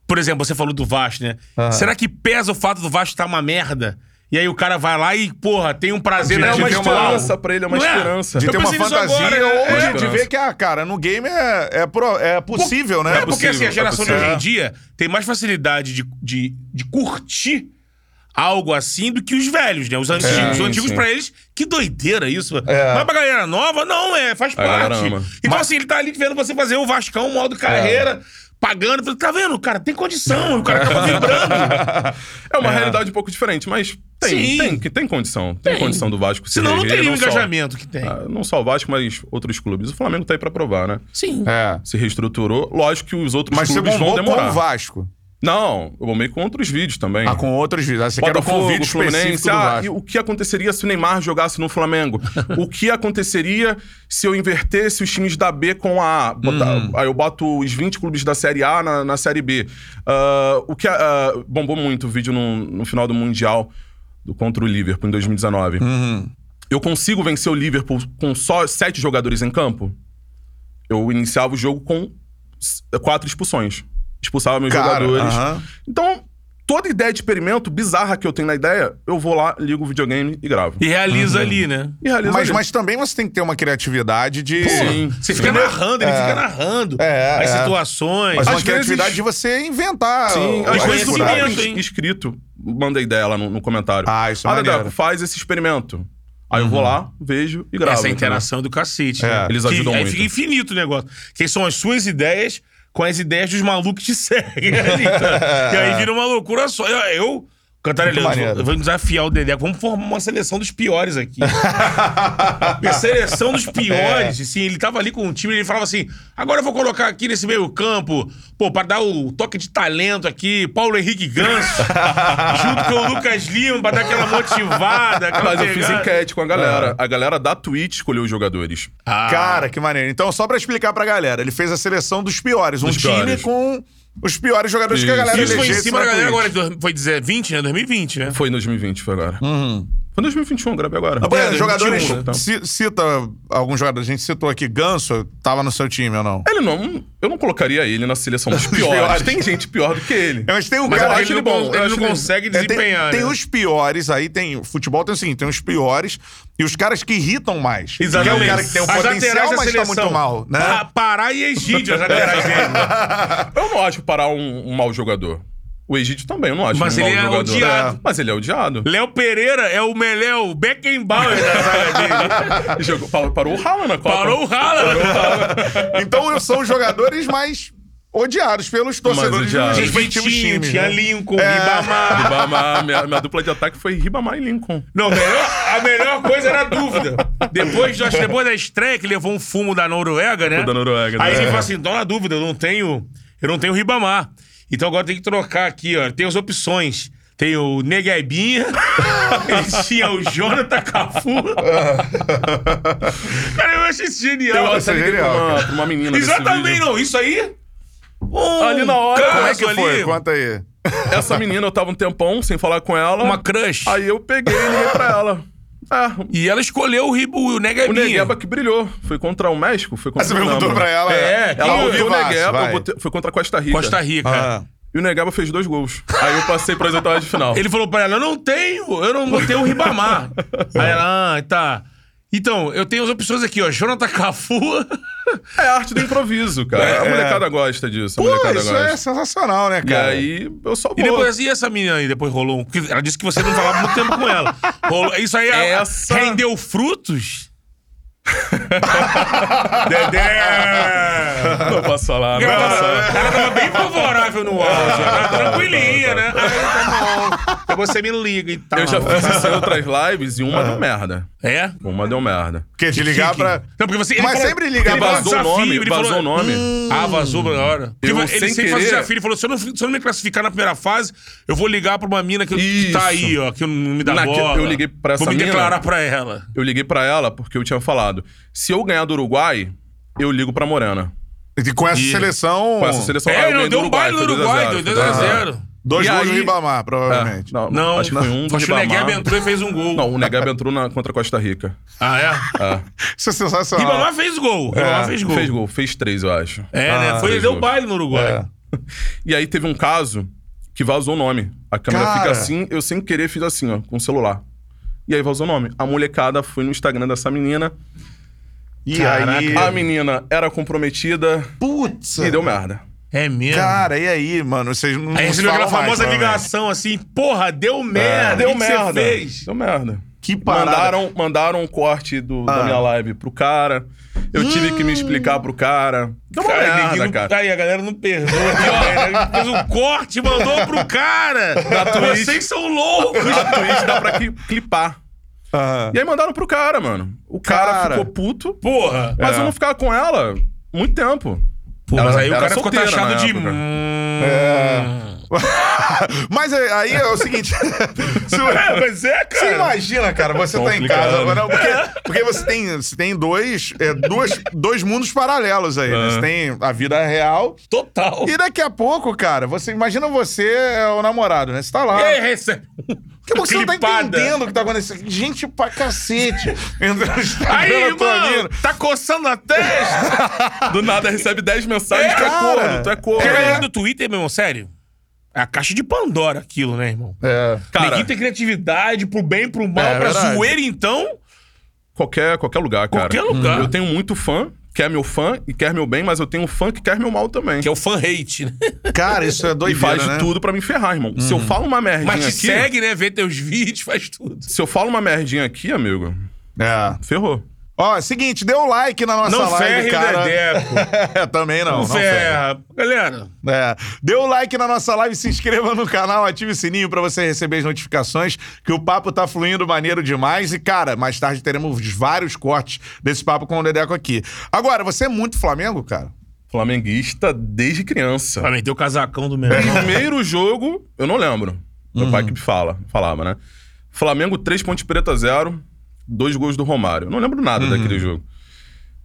B: Por exemplo, você falou do Vasco, né? Será que pesa o fato do Vasco estar uma merda? E aí o cara vai lá e, porra, tem um prazer
A: É
B: na
A: uma
B: de ver
A: esperança
C: pra ele, é uma
B: Não
C: esperança.
A: De
B: Eu
A: ter uma
B: pensei nisso
A: fantasia
B: agora, né?
A: ou
B: É.
A: de- de ver que, ah, cara, no game é, é, pro- é possível, né?
B: É, porque assim, a
C: é
B: geração de
C: possível.
B: hoje em dia tem mais facilidade de, de, de curtir algo assim do que os velhos, né? Os antigos.
C: É,
B: os
C: sim,
B: antigos,
C: sim.
B: pra eles, que doideira isso.
A: É.
B: Mas pra galera nova, não, é, faz
C: galera
B: parte.
C: ama.
B: Então, assim, ele tá ali vendo você fazer o Vascão, o modo carreira, pagando. falando, Tá vendo, cara? Tem condição, o cara acaba vibrando.
C: É uma realidade um pouco diferente, mas
B: Sim.
C: tem, tem, que tem condição. Tem, condição do Vasco se
B: Senão não
C: reerguer,
B: teria o
C: só-
B: engajamento que tem.
C: ah, não só o Vasco, mas outros clubes. O Flamengo tá aí pra provar, né?
B: Sim.
A: É.
C: Se reestruturou. Lógico que os outros
A: Mas você
C: clubes vão
A: bombou com
C: demorar.
A: o Vasco.
C: Não, eu bomei com outros vídeos também.
A: Ah, com outros vídeos. Ah, Você quer um
C: Botafogo,
A: convite
C: Fluminense.
A: específico do
C: Ah, e
A: Vasco.
C: o que aconteceria se o Neymar jogasse no Flamengo? o que aconteceria se eu invertesse os times da B com a A? Botar-
A: Hum.
C: Aí eu boto os 20 clubes da Série A na, na Série B. Ah, o que a- ah, bombou muito o vídeo no, no final do Mundial do contra o Liverpool em 2019.
A: Hum. Uhum.
C: Eu consigo vencer o Liverpool com só sete jogadores em campo? Eu iniciava o jogo com s- quatro expulsões. Expulsava meus
A: Cara,
C: jogadores.
A: aham.
C: Então, toda ideia de experimento bizarra que eu tenho na ideia, eu vou lá, ligo o videogame e gravo.
B: E realiza ali, né?
C: E realizo
A: Mas,
C: ali.
A: mas também você tem que ter uma criatividade de.
C: Sim.
B: Você fica narrando, ele fica narrando
A: É,
B: as
A: é.
B: situações.
A: Mas
C: Às
A: uma criatividade
C: vezes-
A: de você inventar.
C: Sim,
A: o-
C: às
A: as
C: vezes é o
A: dificuldades.
B: conhecimento, hein?
C: mesmo escrito manda ideia lá no, no comentário.
A: Ah, isso é
C: Olha,
A: maneiro.
C: Deco, faz esse experimento. Aí eu vou lá, vejo e gravo.
B: Essa
C: entendeu?
B: interação do cacete.
A: É,
B: né?
C: eles
B: Que
C: ajudam
B: aí
C: muito.
B: fica infinito o negócio. Que são as suas ideias com as ideias dos malucos que te seguem. ali, tá? e aí vira uma loucura só. Eu, eu
A: Muito
B: Cantarelhando,
A: maneiro.
B: eu vou desafiar o Dedé. Vamos formar uma seleção dos piores aqui. Minha seleção dos piores.
C: É.
B: Assim, ele tava ali com um time, ele falava assim: agora eu vou colocar aqui nesse meio campo, pô, pra dar o toque de talento aqui, Paulo Henrique Ganso, junto com o Lucas Lima, pra dar aquela motivada. Aquela
C: Mas eu fiz
B: pegada.
C: enquete com a galera. A galera da Twitch escolheu os jogadores.
B: Ah.
A: Cara, que maneiro. Então, só pra explicar pra galera, ele fez a seleção dos piores. Um
C: Dos
A: time
C: piores.
A: com os piores jogadores que a
C: Isso.
A: galera
B: Isso foi em
A: elegesse
B: cima
A: na
B: da galera
A: Twitch.
B: agora, de dois- foi 20, né? 2020, né?
C: Foi em 2020, foi agora. Foi em 2021, eu gravei agora.
A: Ué,
B: É,
A: jogadores,
C: 21, então.
A: ci- cita alguns jogadores. A gente citou aqui, Ganso tava no seu time ou não?
C: Ele não. Eu não colocaria ele na seleção dos piores.
A: piores.
C: Tem gente pior do que ele.
A: Mas tem um
C: Mas
A: cara...
C: eu acho
B: ele não,
C: ele bom,
B: con-
C: eu
B: ele
C: acho
B: não
C: ele-
B: consegue
A: É, tem,
B: desempenhar.
A: tem
B: né?
A: os piores aí, tem. O futebol tem o seguinte: tem os piores e os caras que irritam mais.
B: Exatamente.
A: Que é o cara que tem o
B: As laterais
A: potencial,
B: da
A: mas tá
B: seleção.
A: muito mal, né?
B: Pa- Pará e Egídio, as laterais dele.
C: Eu não acho parar um, um mau jogador. O Egídio também, eu não acho
B: Mas
C: um
B: ele
C: mau
B: é
C: jogador.
B: odiado.
C: Mas ele é odiado.
B: Léo Pereira é o Meléu Beckenbauer da zaga dele.
C: Jogou- parou, parou o Haaland na Copa.
B: Parou o Haaland.
A: Então são os jogadores mais odiados pelos torcedores
C: odiados.
A: dos
B: Tinha
A: respectivos
B: Vitinho,
A: times.
B: tinha
A: né?
B: Lincoln,
C: É.
B: Ribamar.
C: Ribamar, minha, minha dupla de ataque foi Ribamar e Lincoln.
B: Não, melhor- a melhor coisa era a dúvida. Depois, acho que depois da estreia, que levou um fumo da Noruega, né?
C: Da Noruega.
B: Aí
C: né?
B: ele fala assim: tô na dúvida, eu não tenho. Eu não tenho Ribamar. Então agora tem que trocar aqui, ó. Tem as opções. Tem o Neguebinha, ele tinha é o Jonathan Cafu. cara, eu achei isso
C: Eu
B: genial. assim.
C: até liguei
A: genial,
C: pra uma,
A: cara.
C: pra uma menina nesse
B: Exatamente,
C: vídeo.
B: não. é Isso aí. um
C: Ali na hora,
B: caso
A: Como é que foi?
B: ali,
A: Conta aí.
C: Essa menina, eu tava um tempão sem falar com ela.
B: Uma crush.
C: Aí eu peguei e liguei pra ela. Ah,
B: E ela escolheu o, Ribo, o Neguebinha.
C: o Negueba que brilhou. Foi contra o México? Foi contra
A: Você
C: o
A: perguntou pra ela.
B: É,
C: Ela
A: Ao
C: botou o
A: vivaço,
C: Negueba,
A: vai.
C: eu botei- foi contra a Costa Rica.
B: Costa Rica.
A: Ah.
C: E o Negaba fez dois gols. Aí eu passei para as oitavas de final.
B: Ele falou pra ela: Eu não tenho, eu não vou ter o Ribamar. Aí ela, ah, tá. Então, eu tenho as opções aqui, ó. Jonathan Cafu.
C: É a arte do improviso, cara. a molecada gosta disso.
A: É,
C: A
A: Pô,
C: molecada
A: isso
C: gosta.
A: é sensacional, né,
C: E
A: cara?
C: aí eu só vou.
B: E depois, e essa menina aí? Depois rolou um. porque Ela disse que você não falava muito tempo com ela. Rolou- isso aí ela-
C: Essa-
B: rendeu frutos?
A: Dedé!
C: Não posso falar, não
B: Ela
C: posso
B: tava,
C: falar.
B: ela tava bem favorável no áudio. Ela tava tranquilinha, né? Ah, tá bom. Então você me liga e
A: Tá
B: tal.
C: Eu já fiz isso em outras lives e uma
A: Ah.
C: deu merda.
B: É?
C: Uma deu merda.
A: Porque de ligar pra.
B: Não, porque você. ele
A: Mas
B: falou-
A: sempre liga,
B: ele
A: vazou
B: falou
C: Vazou o
B: desafio,
C: nome,
B: ele
C: vazou
B: falou-
C: o nome.
A: "Hum."
B: Ah, vazou na hora. Ele,
C: Eu,
B: ele
C: sem
B: sempre faz
C: querer-
B: desafio. Ele falou: se eu, não, se eu não me classificar na primeira fase, eu vou ligar pra uma mina que, que tá
C: Isso.
B: aí, ó, que não me dá
C: Naque-
B: bola.
C: eu liguei pra essa
B: Vou me
C: mina.
B: declarar pra ela.
C: Eu liguei pra ela porque eu tinha falado. Se eu ganhar do Uruguai, eu ligo pra Morena.
A: E com essa
B: Ih.
A: seleção.
C: Com essa seleção Ah, eu
B: É, não,
C: ganhei
B: deu um baile no
C: foi 2 a
B: Uruguai,
C: 0,
B: deu
C: foi 2 a 0.
B: 2x0.
A: Dois
C: E
A: gols do
C: aí-
A: Ribamar, provavelmente.
C: É, não,
B: Não,
C: acho que foi um do
B: acho que o Negueba
C: Ribamar.
B: entrou e fez um gol.
C: Não, o Negaba entrou na, contra a Costa Rica.
B: Ah, é?
C: É.
A: Isso é sensacional.
B: Ribamar fez gol. Ribamar fez gol.
C: Fez gol, fez três, eu acho.
B: É, né? Foi, ele
C: fez
B: deu
C: gol.
B: baile no Uruguai.
A: É.
C: E aí teve um caso que vazou o nome. A câmera
A: Cara.
C: fica assim, eu sem querer fiz assim, ó, com o celular. E aí vazou o nome. A molecada foi no Instagram dessa menina.
A: E
B: Caraca.
A: aí.
C: A menina era comprometida
A: Putz!
C: e Ah, deu merda.
B: É mesmo.
A: Cara, e aí, mano? Vocês não.
B: Aí
A: não se
B: recebeu aquela
A: falam mais, né,
B: famosa
A: provavelmente.
B: ligação assim, porra, Ah, deu merda,
C: né? É. Deu
B: o que que
C: merda.
B: Você fez?
C: Deu merda.
A: Que parada.
C: Mandaram, mandaram um corte do- da minha live pro cara. Eu tive que me explicar pro cara. Deu uma merda,
B: ninguém não- tá
C: cara.
B: Aí a galera não perdoa. né? Fez um corte, mandou pro cara. Vocês são loucos.
C: A Twitch dá pra cli- clipar.
A: Aham.
C: E aí mandaram pro cara, mano. O cara,
A: Cara.
C: ficou puto.
B: Porra.
C: Mas eu não ficava com ela muito tempo.
B: Pô,
C: Ela
B: mas aí o
C: era
B: cara ficou
C: solteira
B: taxado
C: na
B: de.
C: época.
B: Hum,
A: É. Mas é, aí é o seguinte. se o-
B: É, mas é, cara.
A: Você imagina, cara, você tá em
C: é Complicado.
A: casa agora. não,
B: É.
A: Porque, porque você tem, você tem dois, é, duas, dois mundos paralelos aí,
C: É.
A: né? Você tem a vida real.
B: Total.
A: E daqui a pouco, cara, você imagina você é o namorado, né? Você tá lá.
B: E aí, recebe.
A: Daqui a pouco você não tá
B: Clipada.
A: entendendo o que tá acontecendo. Gente pra cacete. Entra no Instagram,
B: Aí,
A: eu tô
B: mano,
A: ali.
B: tá coçando a testa.
C: Do nada recebe 10 mensagens,
A: É,
C: tu é
A: cara.
C: corno, tu é corno.
B: Quer ver do Twitter, meu irmão? Sério? É a caixa de Pandora aquilo, né, irmão?
A: É.
C: Cara.
B: Ninguém tem criatividade pro bem, pro mal,
A: É,
B: pra
A: verdade.
B: zoeira, então.
C: Qualquer, qualquer lugar, cara.
B: Qualquer lugar.
C: Eu tenho muito fã, que é meu fã e quer meu bem, mas eu tenho um fã que quer meu mal também.
B: Que é o fan hate, né?
A: Cara, isso é
C: e
A: doideira,
C: faz
A: né?
C: tudo pra me ferrar, irmão. Se eu falo uma merdinha
B: Uhum. Mas te
C: aqui...
B: segue, né? Vê teus vídeos, faz tudo.
C: Se eu falo uma merdinha aqui, amigo,
A: É.
C: ferrou.
A: Ó, é o seguinte, dê o like na nossa
B: Não
A: live,
B: ferre
A: cara.
B: o Dedeco.
A: É, também não, não,
B: Não
A: ferra.
B: ferra. Galera,
A: É. Dê o like na nossa live, se inscreva no canal, ative o sininho pra você receber as notificações, que o papo tá fluindo maneiro demais. E, cara, mais tarde teremos vários cortes desse papo com o Dedeco aqui. Agora, você é muito Flamengo, cara?
C: Flamenguista desde
B: pra
C: criança.
B: meter o casacão do meu irmão.
C: Primeiro jogo, eu não lembro. Meu pai que
B: Uhum.
C: me fala, falava, né? Flamengo 3, Ponte Preta 0, dois gols do Romário. Eu não lembro
B: Uhum.
C: nada daquele jogo.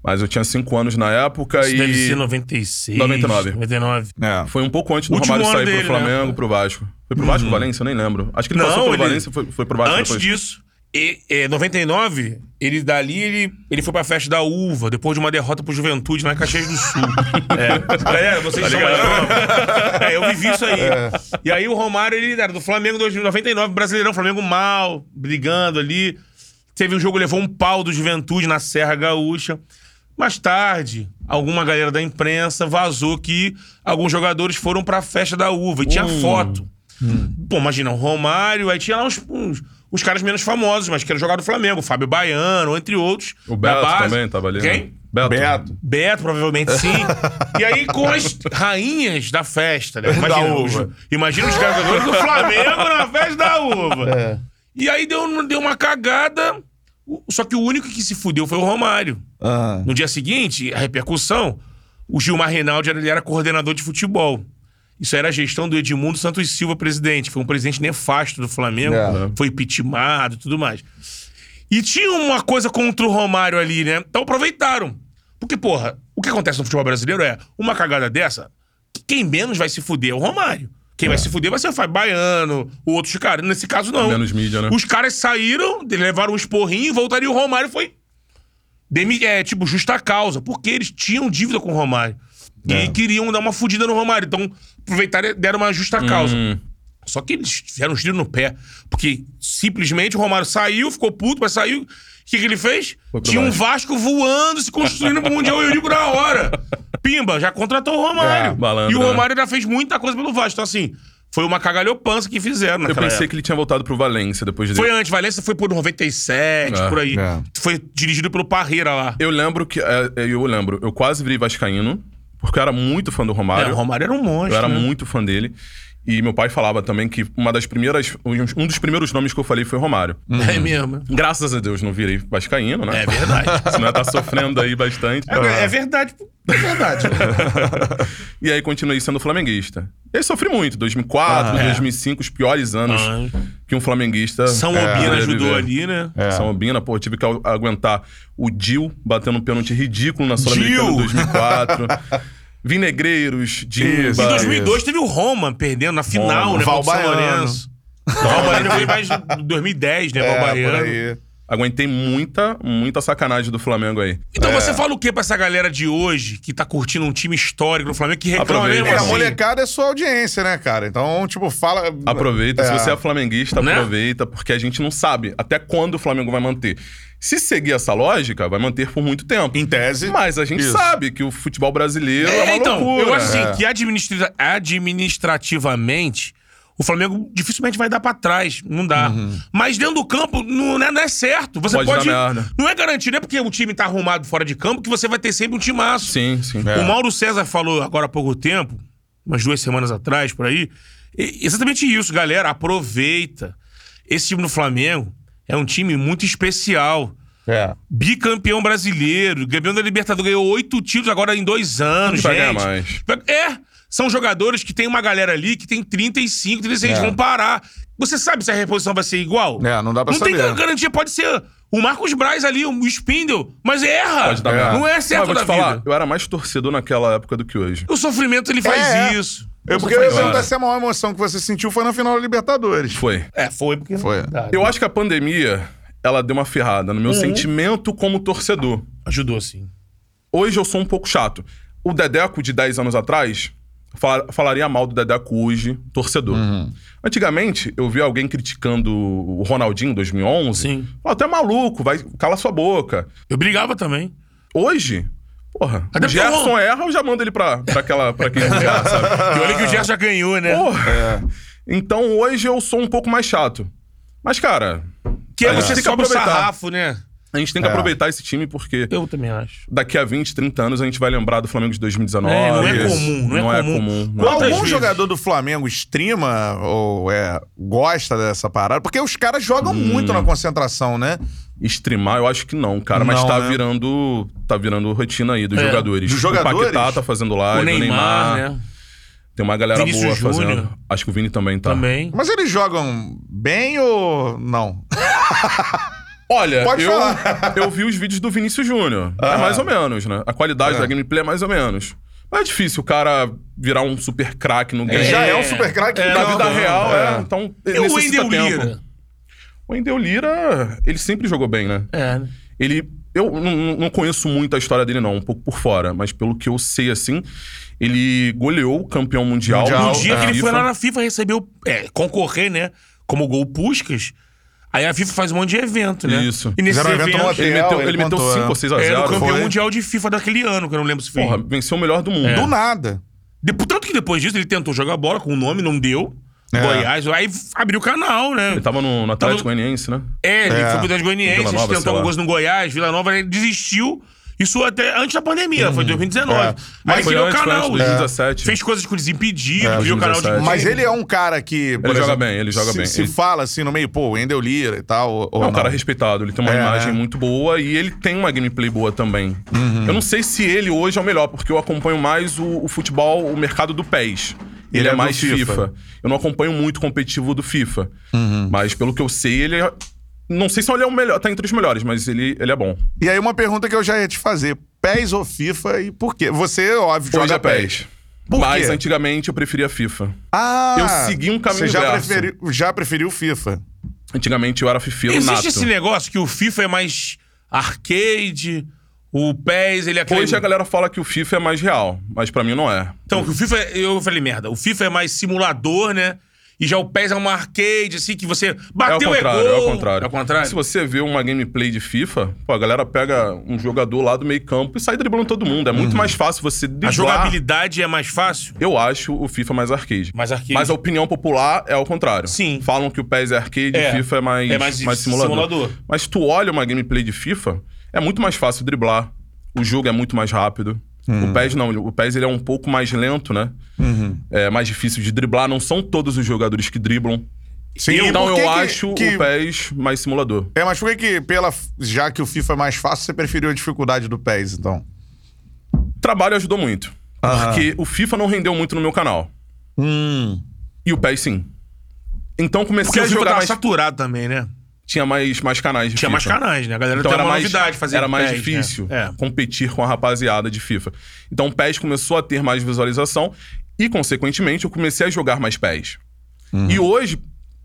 C: Mas eu tinha 5 anos na época
B: Isso
C: e
B: deve ser 96.
C: 99.
B: 99.
A: É.
C: foi um pouco antes do
B: Último
C: Romário
B: ano
C: sair
B: dele,
C: pro
B: né? Uhum.
C: Flamengo, pro Vasco. Foi pro Vasco, Valência? Eu nem lembro. Acho que ele
B: Não,
C: passou pelo
B: ele-
C: Valência, foi, foi pro Vasco
B: Antes
C: depois.
B: disso, e, é, 99, ele dali ele, ele foi pra festa da uva, depois de uma derrota pro Juventude na Caxias do Sul. é. Galera, vocês
C: Tá
B: são mais
C: ligado?
B: novos. É, eu vivi isso aí. E aí o Romário, ele era do Flamengo 2099, brasileirão, Flamengo mal, brigando ali. Teve um jogo, levou um pau do Juventude na Serra Gaúcha. Mais tarde, alguma galera da imprensa vazou que alguns jogadores foram pra festa da uva e tinha
C: Hum.
B: foto. Pô, imagina, o Romário, aí tinha lá uns, uns- os caras menos famosos, mas que eram jogar do Flamengo, Fábio Baiano, entre outros.
C: O
B: da
C: Beto
B: base.
C: também tava ali. né?
B: Quem?
C: Beto.
A: Beto.
B: Beto, provavelmente sim. e aí com as rainhas da festa, né? Imagina,
A: Da
B: os,
A: uva.
B: imagina os jogadores do Flamengo na festa da uva. E aí deu, deu uma cagada, o- só que o único que se fudeu foi o Romário.
A: Ah.
B: No dia seguinte, a repercussão, o Gilmar Reinaldi ele era coordenador de futebol. Isso era a gestão do Edmundo Santos Silva, presidente. Foi um presidente nefasto do Flamengo.
A: É.
B: Foi pitimado e tudo mais. E tinha uma coisa contra o Romário ali, né? Então aproveitaram. Porque, porra, o que acontece no futebol brasileiro é uma cagada dessa, quem menos vai se fuder é o Romário. Quem vai se fuder vai ser o Fábio Baiano, o outros caras. Nesse caso, não.
C: Menos mídia, né?
B: Os caras saíram, levaram um esporrinho, voltaram e o Romário foi Demi, é, tipo, justa causa, porque eles tinham dívida com o Romário. E
C: É.
B: aí queriam dar uma fudida no Romário. Então, aproveitaram e deram uma justa causa.
C: Hum.
B: Só que eles fizeram um tiro no pé. Porque simplesmente o Romário saiu, ficou puto, mas saiu. O que, que ele fez?
C: Foi pro
B: Tinha um Vasco voando, se construindo pro Mundial Eurico na hora. Pimba, já contratou o Romário.
A: É,
C: malandro,
B: e o
C: né?
B: Romário já fez muita coisa pelo Vasco. Então, assim, foi uma cagalhopança que fizeram
C: Eu
B: naquela
C: pensei
B: época.
C: que ele tinha voltado pro Valência depois dele.
B: Foi antes, Valência foi por 97,
C: É,
B: por aí.
A: é.
B: Foi dirigido pelo Parreira lá.
C: Eu lembro que. é, é, eu lembro, eu quase virei Vascaíno, porque eu era muito fã do
B: É,
C: Romário.
B: o Romário era um monstro.
C: eu era
B: né?
C: muito fã dele. E meu pai falava também que uma das primeiras. Um dos primeiros nomes que eu falei foi Romário.
B: É mesmo.
C: Graças a Deus não virei Vascaíno, né?
B: É verdade.
C: Senão eu tá sofrendo aí bastante.
B: É, verdade. É verdade.
C: E aí continuei sendo flamenguista. E aí sofri muito. 2004,
B: Ah, é. Ah,
C: 2005, os piores anos que um flamenguista.
B: São
C: É,
B: Obina
C: poderia
B: ajudou
C: viver.
B: ali, né?
A: É.
C: São Obina, pô, eu tive que au- aguentar o Dil batendo um pênalti ridículo na Sul-Americana em 2004. Vinegreiros, Dil.
A: Isso.
B: Em
A: Bah,
B: 2002 teve o Roma perdendo na final,
A: Roma.
B: né? contra o São
A: Valbaiano.
B: Lourenço. O Valbaiano veio mais em 2010, né?
A: É, por
B: Valbaiano.
A: aí.
C: Aguentei muita, muita sacanagem do Flamengo aí.
B: Então você fala o que pra essa galera de hoje que tá curtindo um time histórico no Flamengo que reclama né,
C: Aproveita.
B: mesmo
A: É, a
C: Assim.
A: molecada é sua audiência, né, cara? Então, tipo, fala...
C: Aproveita, se
A: É.
C: você é flamenguista,
B: Né?
C: aproveita, porque a gente não sabe até quando o Flamengo vai manter. Se seguir essa lógica, vai manter por muito tempo.
A: Em tese...
C: Mas a gente
A: Isso.
C: sabe que o futebol brasileiro é,
B: É,
C: uma
B: então,
C: loucura.
B: eu acho assim,
A: É.
B: que administra- administrativamente, o Flamengo dificilmente vai dar pra trás. Não dá. Mas dentro do campo, não é, não é certo. Você
C: Uhum. Pode
B: pode.
C: dar merda.
B: não é garantido, não é porque o time tá arrumado fora de campo que você vai ter sempre um timaço.
C: Sim, sim.
A: É.
B: O Mauro César falou agora há pouco tempo, umas duas semanas atrás, por aí, e- exatamente isso, galera. Aproveita. Esse time do Flamengo é um time muito especial
A: É.
B: bicampeão brasileiro, campeão da Libertadores, ganhou oito títulos agora em dois anos,
C: Não vai
B: gente.
C: ganhar mais.
B: É, são jogadores que tem uma galera ali que tem 35, 36,
A: É.
B: vão parar. Você sabe se a reposição vai ser igual?
A: É, não dá pra
B: não
A: saber.
B: tem gar- garantia, pode ser o Marcos Braz ali, o Spindle, mas erra.
C: Pode dar
A: merda.
B: Não é
C: Mas
B: certo
C: vou
B: da
C: te falar,
B: vida.
C: eu era mais torcedor naquela época do que hoje.
B: O sofrimento, ele faz
A: É, é.
B: isso.
A: Eu,
B: O
A: porque eu ia
B: sofrimento-
A: perguntar se a maior emoção que você sentiu foi na final da Libertadores.
C: Foi.
B: É, foi porque...
A: Foi.
B: Ah,
C: Eu acho que a pandemia, ela deu uma ferrada no meu sentimento como torcedor.
B: Ajudou, sim.
C: Hoje eu sou um pouco chato. O Dedeco de 10 anos atrás, fala- falaria mal do Dedeco hoje, torcedor. Antigamente, eu vi alguém criticando o Ronaldinho em 2011.
B: Sim.
C: Falava, tu é maluco, vai, cala sua boca.
B: Eu brigava também.
C: Hoje, porra,
B: Até porque
C: o Gerson
B: o-
C: erra, eu já mando ele pra, pra, aquela, pra aquele lugar, sabe?
B: E olha que o Gerson já ganhou, né?
C: Porra. Então hoje eu sou um pouco mais chato. Mas, cara,
B: que
C: é,
B: é você
C: tem que
B: sobe o
C: aproveitar.
B: sarrafo, né?
C: a gente tem que
A: É.
C: aproveitar esse time porque
B: Eu também acho.
C: daqui a 20, 30 anos a gente vai lembrar do Flamengo de 2019.
B: É, não é
C: Isso.
B: comum, não é comum.
C: não é
B: Quantas
A: Algum
B: vezes?
A: jogador do Flamengo streama ou é, gosta dessa parada? Porque os caras
C: Hum.
A: jogam muito na concentração, né?
C: Streamar, eu acho que não, cara. Mas
A: Não,
C: tá
A: né?
C: virando. Tá virando rotina aí dos
B: É.
C: jogadores.
A: Dos jogadores?
C: O Paquetá tá fazendo
B: o
C: live,
B: Neymar, né?
C: Tem uma galera
B: Vinícius
C: boa
B: Júnior.
C: fazendo. Acho que o Vini também tá.
B: Também.
A: Mas eles jogam bem ou não?
C: Olha,
A: Pode
C: eu,
A: falar.
C: eu vi os vídeos do Vinícius Júnior. É
A: Ah.
C: mais ou menos, né? A qualidade
A: É.
C: da gameplay é mais ou menos. Mas é difícil o cara virar um super craque no game.
A: Ele já é um super craque.
C: Na
A: então.
C: vida real, é.
A: É.
C: Então,
B: E o
C: necessita
B: Wendel
C: tempo.
B: Lira.
C: O Wendel Lira, ele sempre jogou bem, né?
B: É, né?
C: Ele. Eu não- não não conheço muito a história dele, não, um pouco por fora, mas pelo que eu sei, assim, ele goleou o campeão mundial.
A: Mundial,
B: No dia
A: é.
B: que ele foi
C: FIFA.
B: lá na FIFA recebeu. É, concorrer, né? Como gol Puscas. Aí a FIFA faz um monte de evento, né?
C: Isso.
B: E nesse
A: Fizeram um evento
B: evento,
A: ontem.
C: Ele
A: Real,
C: meteu,
A: ele
C: ele meteu
A: contou,
C: 5
A: né?
C: ou 6 a
B: era o
C: 0.
B: campeão
A: foi.
B: mundial de FIFA daquele ano, que eu não lembro se foi.
C: Porra, venceu o melhor do mundo.
A: Do nada.
B: De- Tanto que depois disso ele tentou jogar bola com o nome, não deu.
A: É.
B: Goiás, aí f- abriu o canal, né?
C: Ele tava no, no Atlético
B: Tava-
C: Goianiense, né?
B: É, ele
A: É.
B: foi pro Atlético Goianiense,
C: Vila Nova,
B: tentou
C: sei lá.
B: alguns no Goiás, Vila Nova, ele desistiu. Isso até antes da pandemia, foi em 2019.
A: É.
B: Mas ele
C: Uhum. foi
B: criou o
C: antes, foi antes,
B: canal. né?
C: 2017.
B: Fez coisas com
C: É,
B: desimpedido, criou o canal de.
C: 2017.
A: Mas ele é um cara que. por
C: Ele joga bem, ele joga
A: se,
C: bem.
A: Se
C: Ele-
A: fala assim no meio, pô, Wendel Lira e tal. Ou, ou
C: É um
A: não.
C: cara respeitado, ele tem uma
A: É,
C: imagem
A: né?
C: muito boa e ele tem uma gameplay boa também.
A: Uhum.
C: Eu não sei se ele hoje é o melhor, porque eu acompanho mais o, o futebol, o mercado do PES. Ele,
A: Ele é
C: é,
A: do
C: mais
A: FIFA.
C: FIFA. Eu não acompanho muito o competitivo do FIFA.
A: Uhum.
C: Mas pelo que eu sei, ele é. Não sei se ele é o melhor, tá entre os melhores, mas ele, ele é bom.
A: E aí, uma pergunta que eu já ia te fazer: PES ou FIFA e por quê? Você, óbvio,
C: Hoje
A: joga
C: é PES.
A: Por
C: mas
A: quê?
C: antigamente eu preferia FIFA.
A: Ah,
C: Eu segui um caminho
A: Você já
C: inverso.
A: preferiu, já preferiu FIFA.
C: Antigamente eu era fifeiro
B: Existe
C: nato.
B: esse negócio que o FIFA é mais arcade, o PES, ele é aquele...
C: Hoje a galera fala que o FIFA é mais real, mas pra mim não é.
B: Então, que o FIFA, é- eu falei merda, o FIFA é mais simulador, né? E já o PES é uma arcade, assim, que você
C: É o
B: bateu é,
C: contrário,
B: gol.
C: é o contrário.
B: É o contrário?
C: Se você vê uma gameplay de FIFA, pô, a galera pega um jogador lá do meio campo e sai driblando todo mundo. É muito mais fácil você driblar.
B: Uhum. A jogabilidade é mais fácil?
C: Eu acho o FIFA mais arcade.
B: Mais arcade.
C: Mas a opinião popular é ao contrário.
B: Sim.
C: Falam que o PES é arcade e
B: É.
C: o FIFA é mais,
B: É mais
C: simulador.
B: simulador.
C: Mas tu olha uma gameplay de FIFA, é muito mais fácil driblar. O jogo é muito mais rápido.
B: Hum.
C: O PES não, o PES ele é um pouco mais lento, né? É mais difícil de driblar. Não são todos os jogadores que driblam.
A: Sim, e
C: então
A: por
C: eu
A: que que-
C: acho
A: que-
C: o PES mais simulador.
A: É, mas por que, que pela, já que o FIFA é mais fácil, você preferiu a dificuldade do PES, então?
C: trabalho ajudou muito.
A: Aham.
C: Porque o FIFA não rendeu muito no meu canal.
A: Hum.
C: E o PES sim. Então comecei
B: Porque o
C: a
B: FIFA
C: jogar
B: tava
C: mais.
B: saturado também, né?
C: Tinha mais, mais canais de
B: Tinha
C: FIFA.
B: mais canais, né? A galera
C: Então
B: tem
C: era
B: uma
C: mais,
B: novidade fazer
C: era mais
B: PES, né?
C: difícil
B: É.
C: competir com a rapaziada de FIFA. Então o PES começou a ter mais visualização e, consequentemente, eu comecei a jogar mais PES.
A: Uhum.
C: E hoje,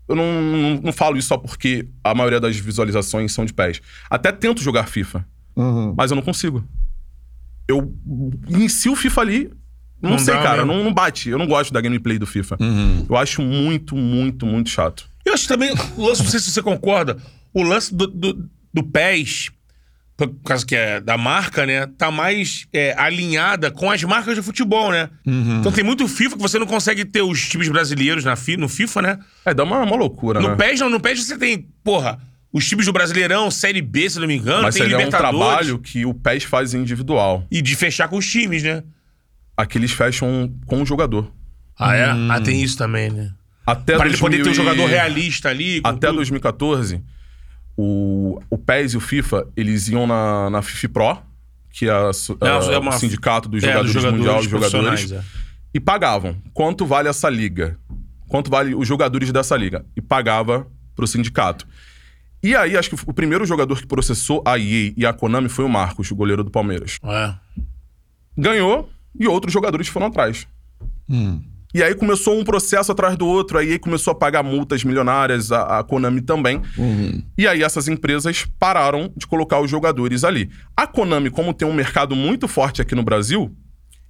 C: eu não, não, não falo isso só porque a maioria das visualizações são de PES. Até tento jogar FIFA,
A: Uhum.
C: mas eu não consigo. Eu inicio o FIFA ali. Não, Uhum.
B: Não
C: sei,
B: dá
C: cara.
B: mesmo.
C: Não, não bate. Eu não gosto da gameplay do FIFA. Eu acho muito, muito, muito chato.
B: Eu acho que também o lance, não sei se você concorda, o lance do, do, do PES, por causa que é da marca, né? Tá mais é, alinhada com as marcas de futebol, né?
C: Uhum.
B: Então tem muito FIFA que você não consegue ter os times brasileiros na, fi- no FIFA, né?
C: É, dá uma, uma loucura,
B: No
C: né?
B: PES não, no PES você tem, porra, os times do Brasileirão, Série B, se não me engano,
C: Mas
B: tem
C: ele é um
B: Libertadores.
C: trabalho que o PES faz individual.
B: E de fechar com os times, né?
C: Aqui eles fecham com o jogador.
B: Ah, é? Ah, tem isso também, né?
C: Hum. Até
B: pra ele poder ter um
C: 2000 e-
B: jogador realista ali. com
C: Até
B: tudo.
C: 2014, o, o PES e o FIFA, eles iam na, na FIFA Pro, que é, a, so-
B: É,
C: a-
B: é uma-
C: o sindicato dos
B: É,
C: jogadores, mundial de jogadores.
B: profissionais, é.
C: e pagavam. Quanto vale essa liga? Quanto vale os jogadores dessa liga? E pagava pro sindicato. E aí, acho que o primeiro jogador que processou a EA e a Konami foi o Marcos, o goleiro do Palmeiras.
B: É.
C: Ganhou e outros jogadores foram atrás. E aí começou um processo atrás do outro, aí começou a pagar multas milionárias, a, a Konami também. E aí essas empresas pararam de colocar os jogadores ali. A Konami, como tem um mercado muito forte aqui no Brasil,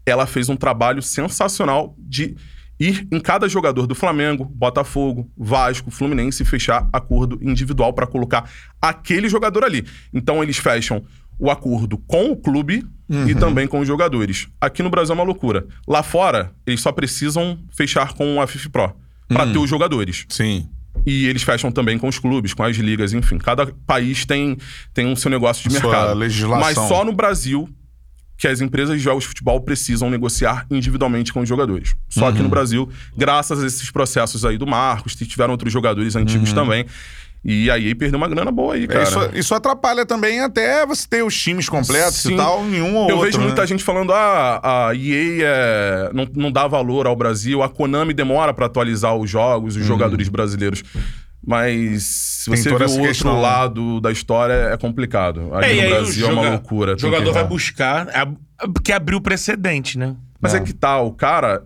C: ela fez um trabalho sensacional de ir em cada jogador do Flamengo, Botafogo, Vasco, Fluminense e fechar acordo individual para colocar aquele jogador ali. Então eles fecham o acordo com o clube e também com os jogadores. Aqui no Brasil é uma loucura. Lá fora, eles só precisam fechar com a FIFA Pro para ter os jogadores.
A: Sim.
C: E eles fecham também com os clubes, com as ligas, enfim. Cada país tem, tem um seu negócio de
A: Sua
C: mercado.
A: legislação.
C: Mas só no Brasil que as empresas de jogos de futebol precisam negociar individualmente com os jogadores. Só
A: Uhum.
C: que no Brasil, graças a esses processos aí do Marcos, tiveram outros jogadores antigos também. E aí perdeu uma grana boa aí, cara.
A: Uhum. É Isso, isso atrapalha também até você ter os times completos e
C: Sim.
A: tal, nenhum ou
C: Eu
A: outro.
C: vejo muita
A: né?
C: gente falando, ah, a EA é, não, não dá valor ao Brasil, a Konami demora pra atualizar os jogos, os jogadores brasileiros. Mas se
A: Uhum. Tem
C: você
A: toda
C: vê o
A: essa
C: outro
A: questão, né?
C: lado da história, é complicado. Aqui
B: É, e
C: no
B: aí o
C: Brasil é uma
B: joga-
C: loucura.
B: O
C: tem
B: jogador
C: que-
B: vai buscar, ab- porque abriu o precedente, né?
C: Mas é. que tal, o cara,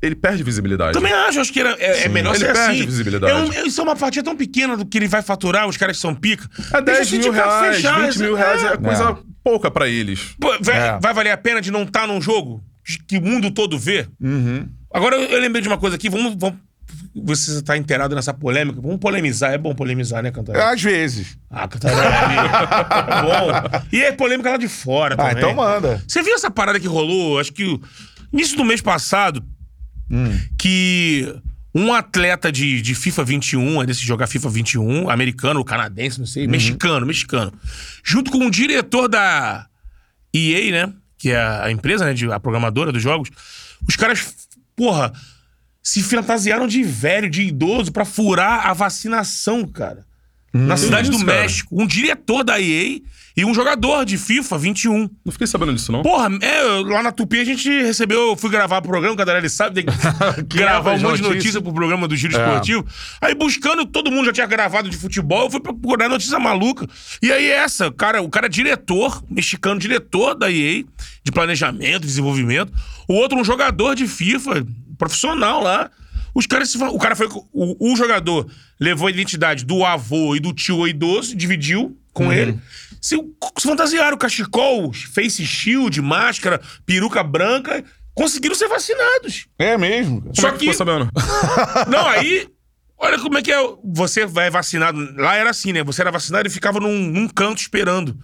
C: ele perde visibilidade.
B: Também acho, acho que era- é, é melhor
C: Ele
B: ser
C: perde
B: assim.
C: visibilidade.
B: É um- é- isso é uma fatia tão pequena do que ele vai faturar, os caras que são pica.
C: É
B: Deixa o
C: 10 mil
B: sindicato
C: reais,
B: fechar,
C: 20 mil reais, é,
B: é.
C: coisa pouca pra eles.
B: Pô, vai,
A: É.
B: vai valer a pena de não estar num jogo que o mundo todo vê? Agora eu, eu lembrei de uma coisa aqui, vamos. vamos você está inteirado nessa polêmica? Vamos polemizar, é bom polemizar, né, Cantarela?
A: Às vezes.
B: Ah, Cantarela é amigo. É bom. E é polêmica lá de fora
A: Ah,
B: também.
A: então manda.
B: Você viu essa parada que rolou, acho que o- início do mês passado, que um atleta de, de FIFA 21, é desse jogar FIFA 21, americano, canadense, não sei, mexicano, mexicano, junto com o diretor da EA, né, que é a empresa, né, de, a programadora dos jogos, os caras, porra, se fantasiaram de velho, de idoso, pra furar a vacinação, cara. Na cidade do
C: Isso, cara.
B: México, um diretor da EA e um jogador de FIFA 21.
C: Não fiquei sabendo disso, não.
B: Porra, é, eu- lá na Tupi a gente recebeu, eu fui gravar o programa, que a galera ele sabe, tem que gravar um monte de
A: notícias.
B: notícia pro programa do Giro Esportivo. Aí buscando, todo mundo já tinha gravado de futebol, eu fui procurar notícia maluca. E aí essa, o cara, o cara é diretor, mexicano diretor da EA, de planejamento, desenvolvimento. O outro um jogador de FIFA, profissional lá. Os caras, se fa- o cara foi, com- o, o jogador levou a identidade do avô e do tio idoso, dividiu com ele. Se, se fantasiaram, cachecol, face shield, máscara, peruca branca, conseguiram ser vacinados.
A: É mesmo, cara.
B: Só
C: Como é
B: que.
C: ficou sabendo?
B: Não, aí. Olha como é que é. Você vai vacinado. Lá era assim, né? Você era vacinado e ficava num, num canto esperando.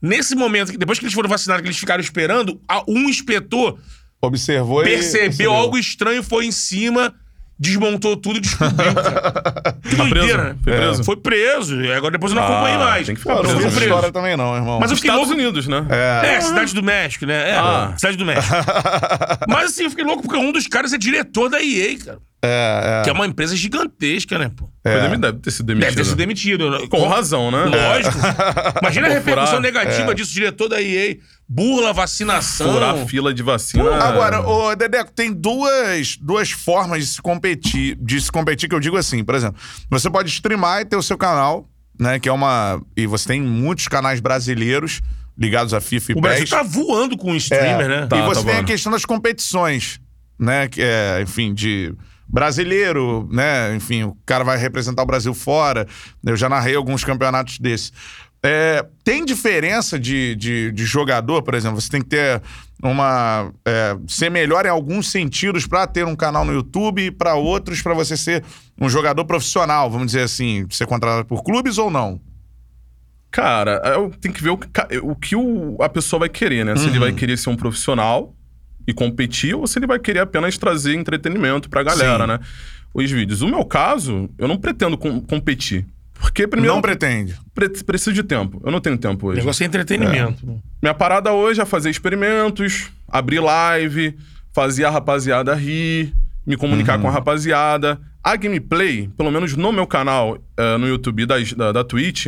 B: Nesse momento, depois que eles foram vacinados, que eles ficaram esperando, a- um inspetor
A: Observou e-
B: percebeu algo estranho, foi em cima, desmontou tudo e descobriu. cara. Que doideira, né?
C: Foi Tá preso?
B: É. Foi preso. E Agora depois eu não acompanhei
C: Ah,
B: mais.
C: tem que ficar
A: Eu
B: Mas
A: não vi
B: foi
A: essa
C: preso.
A: história também não, irmão.
B: Mas eu fiquei
C: Estados
B: louco.
C: Unidos, né?
B: É, Cidade do México, né? É,
C: Ah.
B: Cidade do México. Mas assim, eu fiquei louco porque um dos caras é diretor da EA, cara.
A: É, é.
B: Que é uma empresa gigantesca, né, pô?
C: Foi demi- Deve ter sido demitido. né?
B: Deve ter sido demitido.
C: Com razão, né?
B: Lógico. Imagina a
C: Vou
B: repercussão
C: furar. É.
B: negativa disso, diretor da EA. Burla, vacinação.
C: Furar a fila de vacina.
A: Então, Agora, ô, Dedeco, tem duas, duas formas de se competir. De se competir, que eu digo assim, por exemplo, você pode streamar e ter o seu canal, né? Que é uma. E você tem muitos canais brasileiros ligados à FIFA e
B: o Brasil
A: PES.
B: tá voando com o streamer, né?
A: e
C: Tá,
A: você
C: tá
A: tem a
C: voando.
A: questão das competições, né? Que é, enfim, de brasileiro, né? Enfim, o cara vai representar o Brasil fora. Eu já narrei alguns campeonatos desses. É, tem diferença de, de, de jogador, por exemplo? Você tem que ter uma. é, ser melhor em alguns sentidos pra ter um canal no YouTube e pra outros pra você ser um jogador profissional, vamos dizer assim, ser contratado por clubes ou não?
C: Cara, é, eu tenho que ver o que, ca- o que o- a pessoa vai querer, né? Se ele
A: Uhum.
C: vai querer ser um profissional e competir ou se ele vai querer apenas trazer entretenimento pra galera,
A: Sim.
C: né? Os vídeos. O meu caso, eu não pretendo com- competir. Porque, primeiro,
A: não
C: eu
A: pretende.
C: pre- preciso de tempo. Eu não tenho tempo
B: O
C: hoje.
B: negócio é entretenimento.
C: Minha parada hoje é fazer experimentos, abrir live, fazer a rapaziada rir, me comunicar com a rapaziada. A gameplay, pelo menos no meu canal, eh, no YouTube das- da, da Twitch,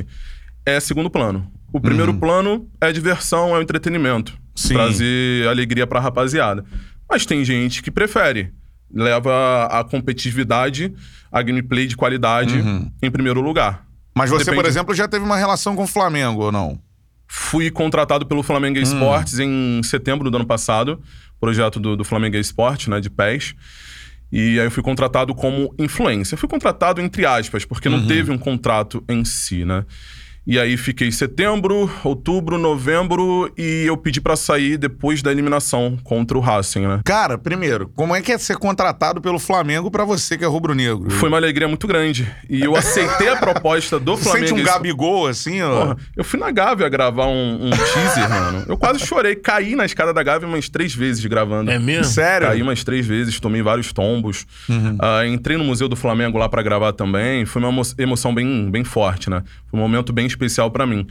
C: é segundo plano. O primeiro plano é diversão, é o entretenimento.
A: Sim.
C: Trazer alegria pra rapaziada. Mas tem gente que prefere. Leva a competitividade, a gameplay de qualidade em primeiro lugar.
A: Mas você, por
C: Depende.
A: exemplo, já teve uma relação com o Flamengo, ou não?
C: Fui contratado pelo Flamengo
A: Hum.
C: Esportes em setembro do ano passado, projeto do, do Flamengo Esporte, né, de PES. E aí eu fui contratado como influencer. Fui contratado entre aspas, porque
A: Uhum.
C: não teve um contrato em si, né? E aí fiquei setembro, outubro, novembro e eu pedi pra sair depois da eliminação contra o Racing, né?
A: Cara, primeiro, como é que é ser contratado pelo Flamengo pra você que é rubro-negro?
C: Foi uma alegria muito grande. E eu aceitei a proposta do
A: Você
C: Flamengo
A: Sente um
C: Esporte.
A: Gabigol assim, ó.
C: Porra,
B: É.
C: eu fui na Gávea gravar um, um teaser, mano. Eu quase chorei, caí na escada da Gávea umas três vezes gravando.
B: É mesmo? Uhum.
A: Sério?
C: Caí umas três vezes, tomei vários tombos. Ah, entrei no Museu do Flamengo lá pra gravar também. Foi uma emo- emoção bem, bem forte, né? Foi um momento bem especial pra mim.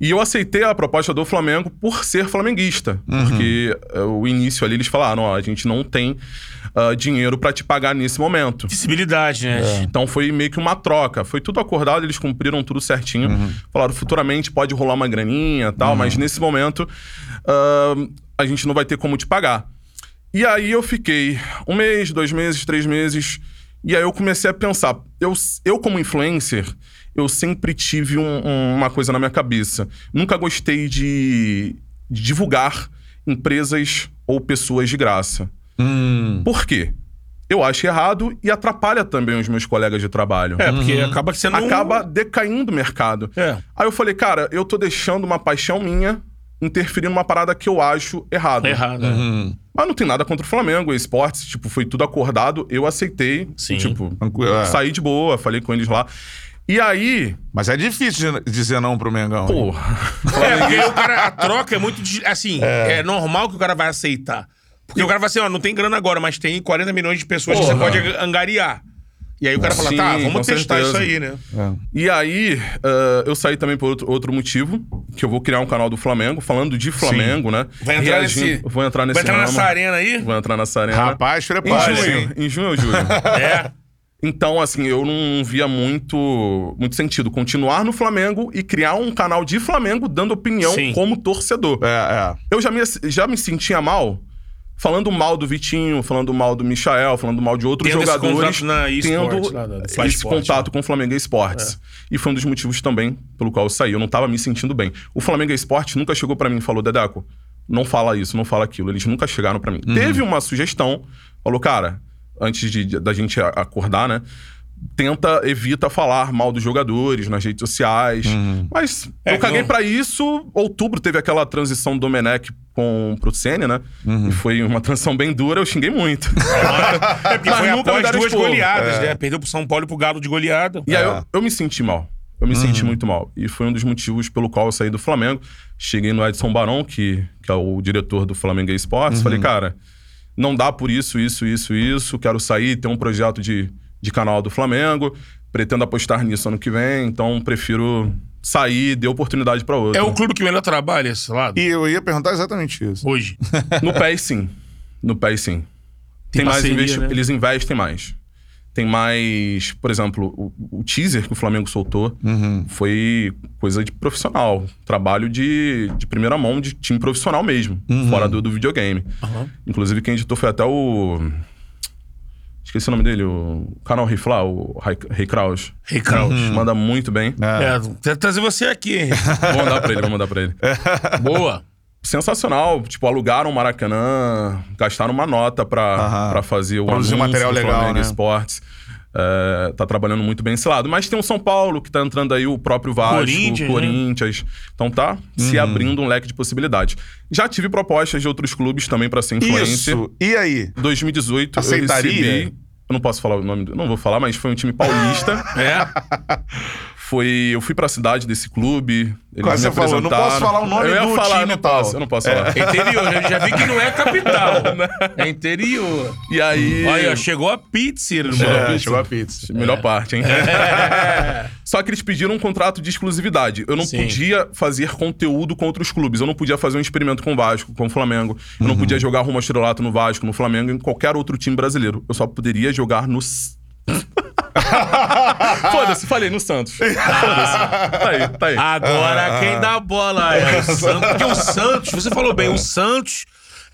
C: E eu aceitei a proposta do Flamengo por ser flamenguista.
B: Uhum.
C: Porque ah, o início ali eles falaram: ó, a gente não tem ah, dinheiro pra te pagar nesse momento.
B: Visibilidade, né?
C: Então foi meio que uma troca. Foi tudo acordado, eles cumpriram tudo certinho. Falaram, futuramente pode rolar uma graninha e tal, mas nesse momento ahn, a gente não vai ter como te pagar. E aí eu fiquei um mês, dois meses, três meses. E aí eu comecei a pensar. Eu, eu como influencer, eu sempre tive um- um- uma coisa na minha cabeça. Nunca gostei de, de divulgar empresas ou pessoas de graça.
A: Hum.
C: Por quê? Eu acho errado e atrapalha também os meus colegas de trabalho. Hum.
B: É, porque acaba que você não...
C: Acaba decaindo o mercado.
B: É.
C: Aí eu falei, cara, eu tô deixando uma paixão minha interferir numa parada que eu acho errado.
B: Errado. né?
C: Uhum.
A: Hum.
C: Mas não tem nada contra o Flamengo, esportes, tipo, foi tudo acordado, eu aceitei.
B: Sim.
C: Tipo,
A: Tranquilo, é.
C: saí de boa, falei com eles lá. E aí,
A: Mas é difícil de dizer não pro Mengão. hein?
C: porra,
B: É, porque o cara, a troca é muito. de- Assim, é. normal que o cara vai aceitar. Porque o cara vai assim, ó, não tem grana agora, mas tem 40 milhões de pessoas que você
C: Porra.
B: pode angariar. E aí o cara fala,
C: Sim,
B: tá, vamos
C: com
B: testar isso
C: certeza.
B: aí, né?
A: É.
C: E aí, ah, eu saí também por outro, outro motivo, que eu vou criar um canal do Flamengo, falando de Flamengo, né?
B: Vai entrar
C: Reagindo-
B: nesse-
C: Vou entrar nesse
B: vai entrar nessa
C: ramo.
B: arena aí?
C: Vou entrar nessa
A: É.
C: arena.
A: Rapaz,
C: em
A: prepare. hein?
C: junho, em junho ou julho.
B: É.
C: então, assim, eu não via muito, muito sentido continuar no Flamengo e criar um canal de Flamengo dando opinião
B: Sim.
C: como torcedor.
A: É, é.
C: Eu já me, já me sentia mal falando mal do Vitinho, falando mal do Michael, falando mal de outros
B: Tendo esse
C: jogadores,
B: contrato na eSports,
C: tendo
B: lá da- da Fly
C: esse
B: Sport,
C: contato com o Flamengo Esportes. E foi um dos motivos também pelo qual eu saí. Eu não tava me sentindo bem. O Flamengo Esportes nunca chegou pra mim e falou, Dedeco, não fala isso, não fala aquilo. Eles nunca chegaram pra mim. Teve uma sugestão, falou, cara, antes de, de- da gente a- acordar, né? Tenta, evita falar mal dos jogadores nas redes sociais. Mas
B: É,
C: eu caguei
B: não-
C: pra isso. Outubro teve aquela transição do Domenech com, pro Sene, né? E foi uma transição bem dura, eu xinguei muito.
B: É porque
C: Mas
B: foi
C: nunca me
B: após
C: deram
B: duas
C: esporro.
B: goleadas, né? Perdeu pro São Paulo e pro Galo de goleada.
C: É. E aí
A: É.
C: eu, eu me senti mal. Eu me senti muito mal. E foi um dos motivos pelo qual eu saí do Flamengo. Cheguei no Edson Barão, que, que é o diretor do Flamengo Esportes. Falei, cara, não dá por isso, isso, isso, isso. Quero sair, ter um projeto de, de canal do Flamengo. Pretendo apostar nisso ano que vem. Então, prefiro sair e dar oportunidade pra outro.
B: É o clube que melhor trabalha esse lado?
A: E eu ia perguntar exatamente isso.
B: Hoje.
C: No PES, sim. No PES, sim.
B: Tem
C: Tem, mais
B: parceria,
C: investi-
B: né?
C: Eles investem mais. Tem mais, por exemplo, o, o teaser que o Flamengo soltou foi coisa de profissional. Trabalho de, de primeira mão, de time profissional mesmo, fora do, do videogame. Inclusive, quem editou foi até o. Esqueci o nome dele, o canal Riflar, o Ray- Ray Kraus.
B: Rei Kraus.
C: Manda muito bem.
B: É, quero trazer você aqui, hein?
C: Vou mandar pra ele, vou mandar pra ele.
B: Boa.
C: sensacional. Tipo, alugaram o Maracanã, gastaram uma nota pra,
A: Aham.
C: pra fazer o
A: Produzir um
C: anúncio
A: material
C: do
A: legal,
C: Flamengo
A: né?
C: Esportes. É, tá trabalhando muito bem esse lado. Mas tem o São Paulo, que tá entrando aí, o próprio Vasco,
B: Corinthians,
C: Corinthians.
B: né?
C: Corinthians. Então tá se
A: Uhum.
C: abrindo um leque de possibilidades. Já tive propostas de outros clubes também pra ser influencer.
A: Isso. E aí?
C: 2018,
A: Aceitaria?
C: eu recebi... Eu não posso falar o nome, do- não vou falar, mas foi um time paulista.
B: É.
C: Foi, eu fui pra cidade desse clube. Eles
A: Quase
C: me
A: você falou, não posso
C: apresentaram.
A: falar o nome
C: eu ia
A: do
C: falar,
A: time
C: não
A: e tal. É.
C: posso, eu não posso falar.
B: Interior, né? já vi que não é capital. É interior.
C: E aí.
B: Olha, chegou a pizza, irmão.
A: É, chegou a pizza.
C: Melhor parte, hein? Só que eles pediram um contrato de exclusividade. Eu não
B: Sim.
C: podia fazer conteúdo com outros clubes. Eu não podia fazer um experimento com o Vasco, com o Flamengo. Eu
B: Uhum.
C: não podia jogar rumo estrelato no Vasco, no Flamengo, em qualquer outro time brasileiro. Eu só poderia jogar no. S- Foda-se, falei no Santos. Foda-se. Tá aí, tá
B: Ah,
C: aí. ah.
B: Agora quem dá a bola é o Santos. Porque o Santos, você falou bem, o Santos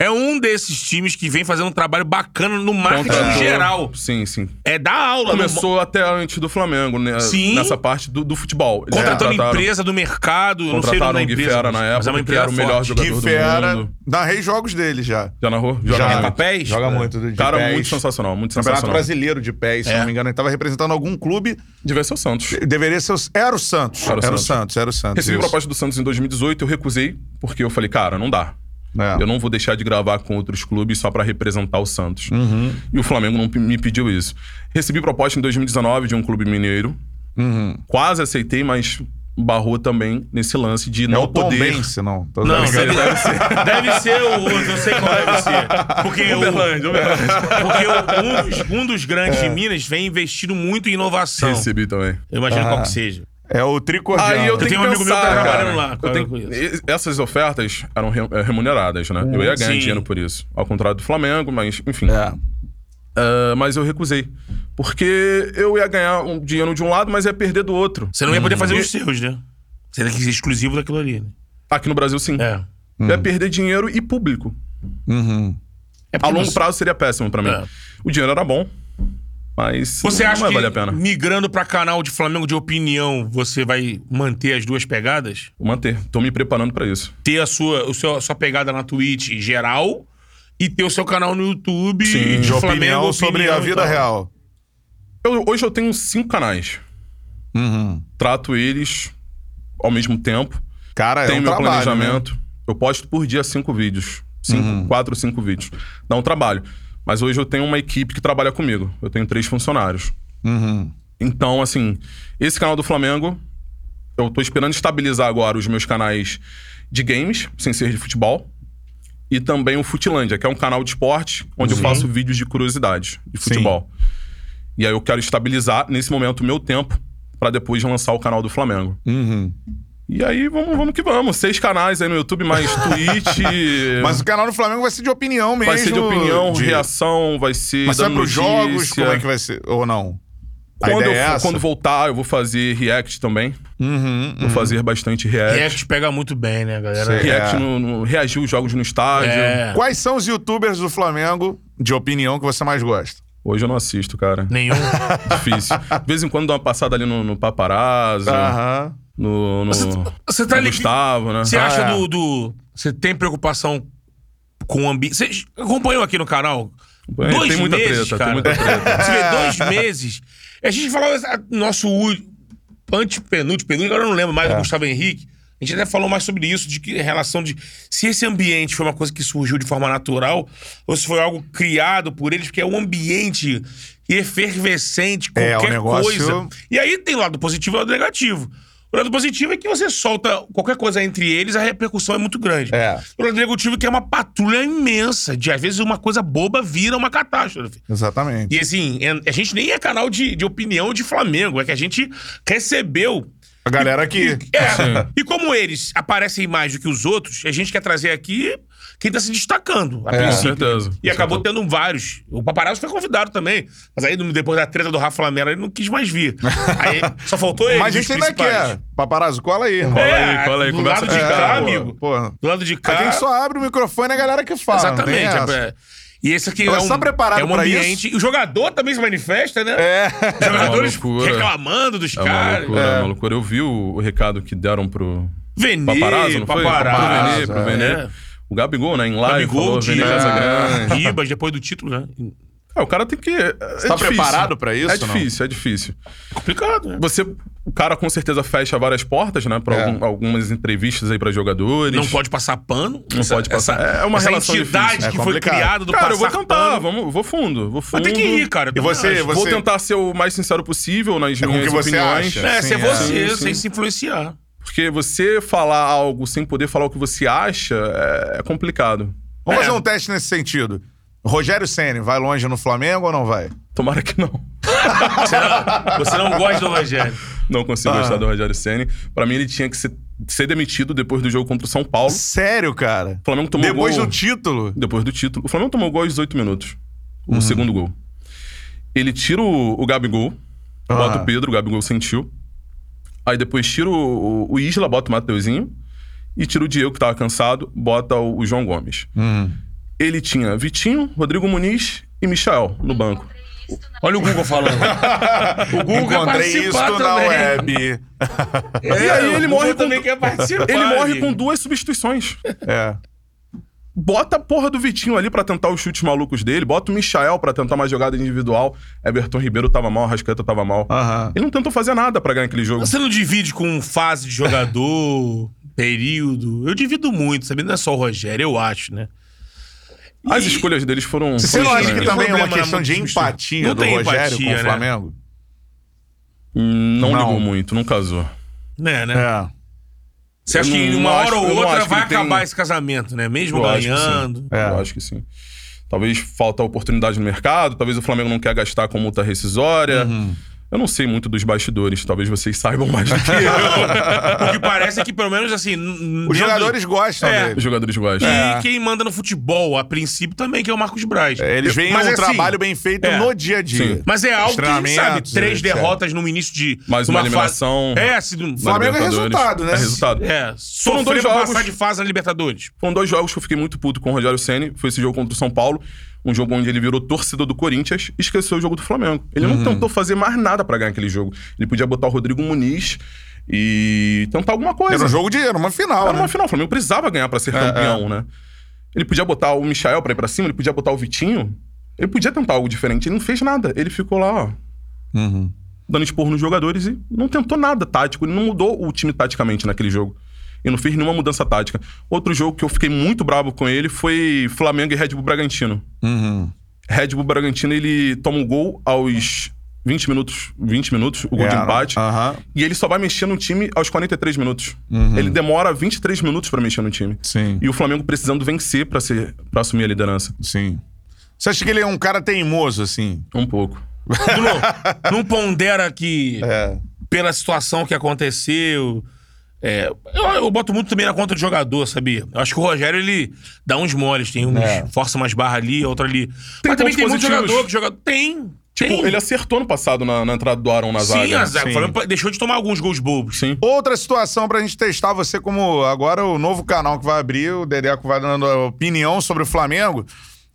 B: É um desses times que vem fazendo um trabalho bacana no marketing
C: Contratou-
B: geral.
C: Sim, sim.
B: É dar aula. não-
C: Começou até antes do Flamengo, né?
B: Sim.
C: Nessa parte do, do futebol. Eles
B: Contratando
C: É, contrataram-
B: empresa do mercado. eu Não sei o nome
C: Contrataram
B: da
C: o Gui
B: empresa.
C: Fera na
B: mas é
C: época,
B: uma
C: que
B: empresa
C: era o melhor
B: forte.
C: jogador
A: Que
C: do
A: fera.
C: mundo.
A: Narrei jogos dele já.
C: Já narrou? Joga
A: Já.
C: muito.
B: Pra pés?
A: Joga muito do de
C: Cara,
A: pés.
C: muito sensacional, muito
A: Campeonato
C: sensacional.
A: Brasileiro de pés, se
B: É.
A: não me engano. Ele tava representando algum clube.
C: Devia ser o Santos.
A: Deveria ser o... Era o Santos.
C: Era o
A: Era o
C: Santos.
A: Santos, era o Santos.
C: Recebi a
A: isso.
C: proposta do Santos em 2018, eu recusei, porque eu falei, cara, não dá.
A: É.
C: Eu não vou deixar de gravar com outros clubes só pra representar o Santos.
A: Uhum.
C: E o Flamengo não p- me pediu isso. Recebi proposta em 2019 de um clube mineiro.
A: Uhum.
C: Quase aceitei, mas barrou também nesse lance de
A: É
C: não
A: o Tom
C: poder.
A: Benz, não. Tô
B: Não,
A: zoando.
B: deve, ser. deve ser o outro, eu sei qual deve ser. Porque, o, porque o- um, dos, um dos grandes de Minas vem investindo muito em
A: então.
B: inovação.
C: Recebi também.
B: Eu imagino qual que seja.
A: É o tricordial.
C: Aí eu tenho
B: tenho um
C: que
B: amigo meu que
C: pensar,
B: tá
C: cara.
B: trabalhando lá,
C: Eu tenho-
B: com
C: e- Essas ofertas eram re- eh, remuneradas, né? eu ia ganhar
B: Sim.
C: dinheiro por isso. Ao contrário do Flamengo, mas enfim.
A: É.
C: Ah, mas eu recusei. Porque eu ia ganhar um dinheiro de um lado, mas ia perder do outro.
B: Você não ia poder fazer os seus, né? Você tem que ser exclusivo daquilo ali. Né?
C: Aqui no Brasil, sim.
B: É.
C: Ia
A: Hum.
C: perder dinheiro e público.
B: É porque
C: A longo
B: você-
C: prazo seria péssimo pra mim.
B: É.
C: O dinheiro era bom, mas
B: Você
C: não
B: acha
C: vai
B: que
C: valer a pena.
B: migrando pra canal de Flamengo de opinião, você vai manter as duas pegadas?
C: Vou manter. Tô me preparando pra isso.
B: Ter a sua, o seu, a sua pegada na Twitch geral e ter o seu canal no YouTube e
A: De opinião sobre
B: opinião tá?
A: a
B: e
A: vida
C: tá.
B: tal.
A: real.
C: Eu- hoje eu tenho cinco canais.
A: Uhum.
C: Trato eles ao mesmo tempo.
A: Cara, é
C: Tenho
A: um
C: meu
A: trabalho, né?
C: planejamento. Eu posto por dia cinco vídeos. Cinco,
A: Uhum.
C: quatro, cinco vídeos. Dá um trabalho. Mas hoje eu tenho uma equipe que trabalha comigo. Eu tenho três funcionários.
A: Uhum,
C: Então, assim, esse canal do Flamengo, eu tô esperando estabilizar agora os meus canais de games, sem ser de futebol. E também o Futilândia, que é um canal de esporte, onde eu faço vídeos de curiosidades de futebol. E aí eu quero estabilizar, nesse momento, o meu tempo pra depois lançar o canal do Flamengo.
A: uhum.
C: E aí, vamos, vamos que vamos. Seis canais aí no YouTube, mais Twitch.
A: Mas o canal do Flamengo vai ser de opinião mesmo.
C: É. vai ser de opinião,
A: de-
C: reação, vai ser.
A: Mas vai
C: dando
A: pros jogos,
C: notícia.
A: como é que vai ser? Ou não? A
C: Quando,
A: ideia
C: eu,
A: é
C: for-
A: essa? Uhum,
C: quando voltar, eu vou fazer react também.
B: Uhum.
C: Vou fazer bastante react.
B: React é pega muito bem, né, galera?
A: Sei.
C: React
A: É.
C: no, no- reagir os jogos no estádio.
B: É.
A: Quais são os youtubers do Flamengo de opinião que você mais gosta?
C: Hoje eu não assisto, cara.
B: Nenhum.
C: Difícil. De vez em quando dou uma passada ali no, no paparazzo,
A: Aham.
C: no, no,
B: Ah. Você tá
C: no
B: ali.
C: Gustavo, né?
B: Você acha
A: Ah, é.
B: do, do- Você tem preocupação com o ambiente. Você acompanhou aqui no canal?
C: É, Tem
B: dois
C: muita
B: meses,
C: treta,
B: cara.
C: tem muita treta.
B: Você
A: É.
B: vê, dois meses. A gente falou ah, nosso u- antepenúltimo, penúltimo, agora eu não lembro
A: É.
B: mais do Gustavo Henrique. A gente até falou mais sobre isso, de que em relação de se esse ambiente foi uma coisa que surgiu de forma natural ou se foi algo criado por eles, porque é um ambiente efervescente,
A: É,
B: qualquer
A: o negócio-
B: coisa. E aí tem o lado positivo e o lado negativo. O lado positivo é que você solta qualquer coisa entre eles, a repercussão é muito grande.
A: É.
B: O lado negativo é que é uma patrulha imensa, de às vezes uma coisa boba vira uma catástrofe.
A: Exatamente.
B: E assim, é- a gente nem é canal de, de opinião de Flamengo, é que a gente recebeu.
A: A galera aqui.
B: É,
C: Sim.
B: e como eles aparecem mais do que os outros, a gente quer trazer aqui quem tá se destacando,
A: É.
B: a
C: Com
B: princípio.
C: certeza.
B: E acabou tendo vários. O paparazzo foi convidado também. Mas aí, depois da treta do Rafa Flamera, ele não quis mais vir. Aí só faltou ele.
A: Mas a
B: os
A: gente ainda
B: principais.
A: quer. Paparazzo, cola aí, irmão.
B: É,
C: aí, cola aí,
B: do
C: conversa
B: lado de cá,
C: com o cara, pô.
B: amigo.
A: Pô,
B: Do lado de
A: a
B: cá.
A: gente só abre o microfone e a galera que fala. não tem
B: Tá. Exatamente.
A: essa.
B: é- E esse aqui
C: Tá
A: Pô,
B: é um,
A: só preparado
B: é um
A: pra isso?
B: ambiente. E o jogador também se manifesta, né?
A: É.
B: Os jogadores
C: É uma loucura.
B: reclamando dos
C: É uma
B: caras.
C: loucura, é uma loucura. Eu vi o, o recado que deram pro
B: Veni,
C: paparazzo, não foi?
B: paparazzo,
C: pro Vene, pro
B: é.
C: Vene.
B: É.
C: O Gabigol, né? Em live, falou,
B: Gabigol,
C: Vene
B: de
C: Casagrande.
B: Ribas, depois do título, né?
C: É, o cara tem que... É,
A: tá preparado pra isso,
C: É
A: não?
C: difícil, é difícil.
B: Complicado, né?
C: Você... O cara com certeza fecha várias portas, né? Pra
A: É.
C: algum- algumas entrevistas aí pra jogadores.
B: Não pode passar pano.
C: Não pode passar. É uma
B: essa
C: relação
B: entidade
C: difícil.
A: É
B: que foi
A: complicado.
B: criada do
C: Cara, eu
B: passar
C: vou tentar.
B: pano.
C: Vamos, vou fundo, vou fundo.
B: Mas tem que ir, cara.
A: E você-
B: Vou-
C: Vou
A: Você- É
C: tentar ser o mais sincero possível nas
A: o
C: minhas
A: que você
C: opiniões.
A: acha.
B: É,
A: Sim,
B: ser
A: é.
B: você,
C: Sim,
B: sem
C: sim.
B: se influenciar.
C: Porque você falar algo sem poder falar o que você acha é- é complicado.
A: Vamos
B: É.
A: fazer um teste nesse sentido. Rogério Ceni vai longe no Flamengo ou não vai?
C: Tomara que não.
B: Você não, você não gosta do Evangelho.
C: Não consigo
A: Ah.
C: gostar do Rogério Ceni. Pra mim, ele tinha que ser, ser demitido depois do jogo contra o São Paulo.
A: Sério, cara?
C: O Flamengo tomou
A: Depois
C: gol.
A: do título?
C: Depois do título. O Flamengo tomou gol aos 18 minutos. O segundo gol. Ele tira o, o Gabigol, bota
A: Ah.
C: o Pedro, o Gabigol sentiu. Aí depois tira o, o Isla,
A: Hum.
C: bota o Mateuzinho. E tira o Diego, que tava cansado, bota o, o João Gomes. Ele tinha Vitinho, Rodrigo Muniz e Michael no banco.
B: Olha o Google falando. o Google quer
A: Encontrei isso
B: participar
A: na
B: também.
A: web.
B: É,
C: E aí
B: o
C: ele
B: Google
C: morre com-
B: também quer participar.
C: Ele morre
B: amigo.
C: com duas substituições.
A: É.
C: Bota a porra do Vitinho ali pra tentar os chutes malucos dele, bota o Michael pra tentar uma jogada individual. Everton Ribeiro tava mal, Rascaeta tava mal.
A: Aham.
C: Ele não tentou fazer nada pra ganhar aquele jogo.
B: Você não divide com fase de jogador, período. Eu divido muito, sabe? Não é só o Rogério, eu acho, né?
C: As
B: E-
C: escolhas deles foram.
A: Você não
C: foram
A: acha que
C: estranhas.
A: também é uma
B: Problema na
A: questão de
B: multimistura.
A: empatia
B: Não
A: do
B: tem
A: Rogério
B: empatia,
A: com o
B: né?
A: Flamengo?
C: Hum, Não,
A: Não.
C: ligou muito, não casou.
B: Né, né?
A: É.
B: Você acha
C: Eu
B: que em
C: não
B: uma
C: acho-
B: hora
C: eu
B: ou
C: não
B: outra
C: acho que
B: vai
C: ele tem-
B: acabar esse casamento, né? Mesmo
C: Eu acho que sim.
B: ganhando.
A: É.
C: Eu acho que sim. Talvez falta oportunidade no mercado, talvez o Flamengo não quer gastar com multa rescisória.
A: Uhum.
C: Eu não sei muito dos bastidores, talvez vocês saibam mais do que eu.
B: o que parece é que, pelo menos, assim. n-
A: Os
B: dentro-
A: jogadores É. gostam
B: É.
A: dele.
C: Os jogadores
B: E
C: gostam.
B: quem manda no futebol, a princípio, também, que é o Marcos Braz.
A: Eles veem
B: Mas,
A: um
B: assim,
A: trabalho bem feito
B: é.
A: no dia a dia.
C: Sim.
B: Mas é algo que a gente sabe.
A: Treinamentos, é,
B: Três
A: etc.
B: derrotas no início de.
C: Mais uma
B: numa fase-
C: eliminação.
B: É, se não.
C: na
A: Flamengo é
C: Libertadores.
A: resultado, né?
C: É resultado.
B: É,
C: Foram
B: sofrendo
C: dois
B: pra
C: jogos.
B: passar de fase na Libertadores.
C: Foram dois jogos que eu fiquei muito puto com o Rogério Ceni. Foi esse jogo contra o São Paulo, um jogo onde ele virou torcedor do Corinthians e esqueceu o jogo do Flamengo. Ele
A: Uhum.
C: não tentou fazer mais nada pra ganhar aquele jogo. Ele podia botar o Rodrigo Muniz e tentar alguma coisa.
B: assim,
A: Era um jogo de. Era uma final,
C: Era
A: né? É,
C: uma final, o Flamengo precisava ganhar pra ser campeão, né? Ele podia botar o Michael pra ir pra cima, ele podia botar o Vitinho. Ele podia tentar algo diferente. Ele não fez nada. Ele ficou lá, ó,
A: Uhum.
C: dando esporro nos jogadores e não tentou nada tático. Ele não mudou o time taticamente naquele jogo. E não fez nenhuma mudança tática. Outro jogo que eu fiquei muito bravo com ele foi Flamengo e Red Bull Bragantino.
A: Uhum.
C: Red Bull Bragantino, ele toma um gol aos 20 minutos, 20 minutos, o gol de
A: Era. Ah,
C: empate.
A: Aham.
C: E ele só vai mexer no time aos 43 minutos.
B: Uhum.
C: Ele demora 23 minutos pra mexer no time.
A: Sim,
C: E o Flamengo precisando vencer pra ser para assumir a liderança.
A: sim. Você acha que ele é um cara teimoso, assim?
C: Um pouco.
B: Não, não pondera que.
A: É.
B: pela situação que aconteceu. É, eu, eu boto muito também na conta do jogador, sabia? Eu acho que o Rogério, ele dá uns moles. Tem uns...
A: É.
B: Força umas barras ali, outra ali. Mas também
C: pontos
B: tem muito
C: positivos.
B: jogador que joga... Tem,
C: Tipo,
B: tem.
C: ele acertou no passado na, na entrada do Aaron na zaga.
B: Sim, a zaga.
A: Sim.
B: O Flamengo deixou de tomar alguns gols bobos.
C: Sim.
A: Outra situação pra gente testar você como agora o novo canal que vai abrir, o Dedeco vai dando a opinião sobre o Flamengo.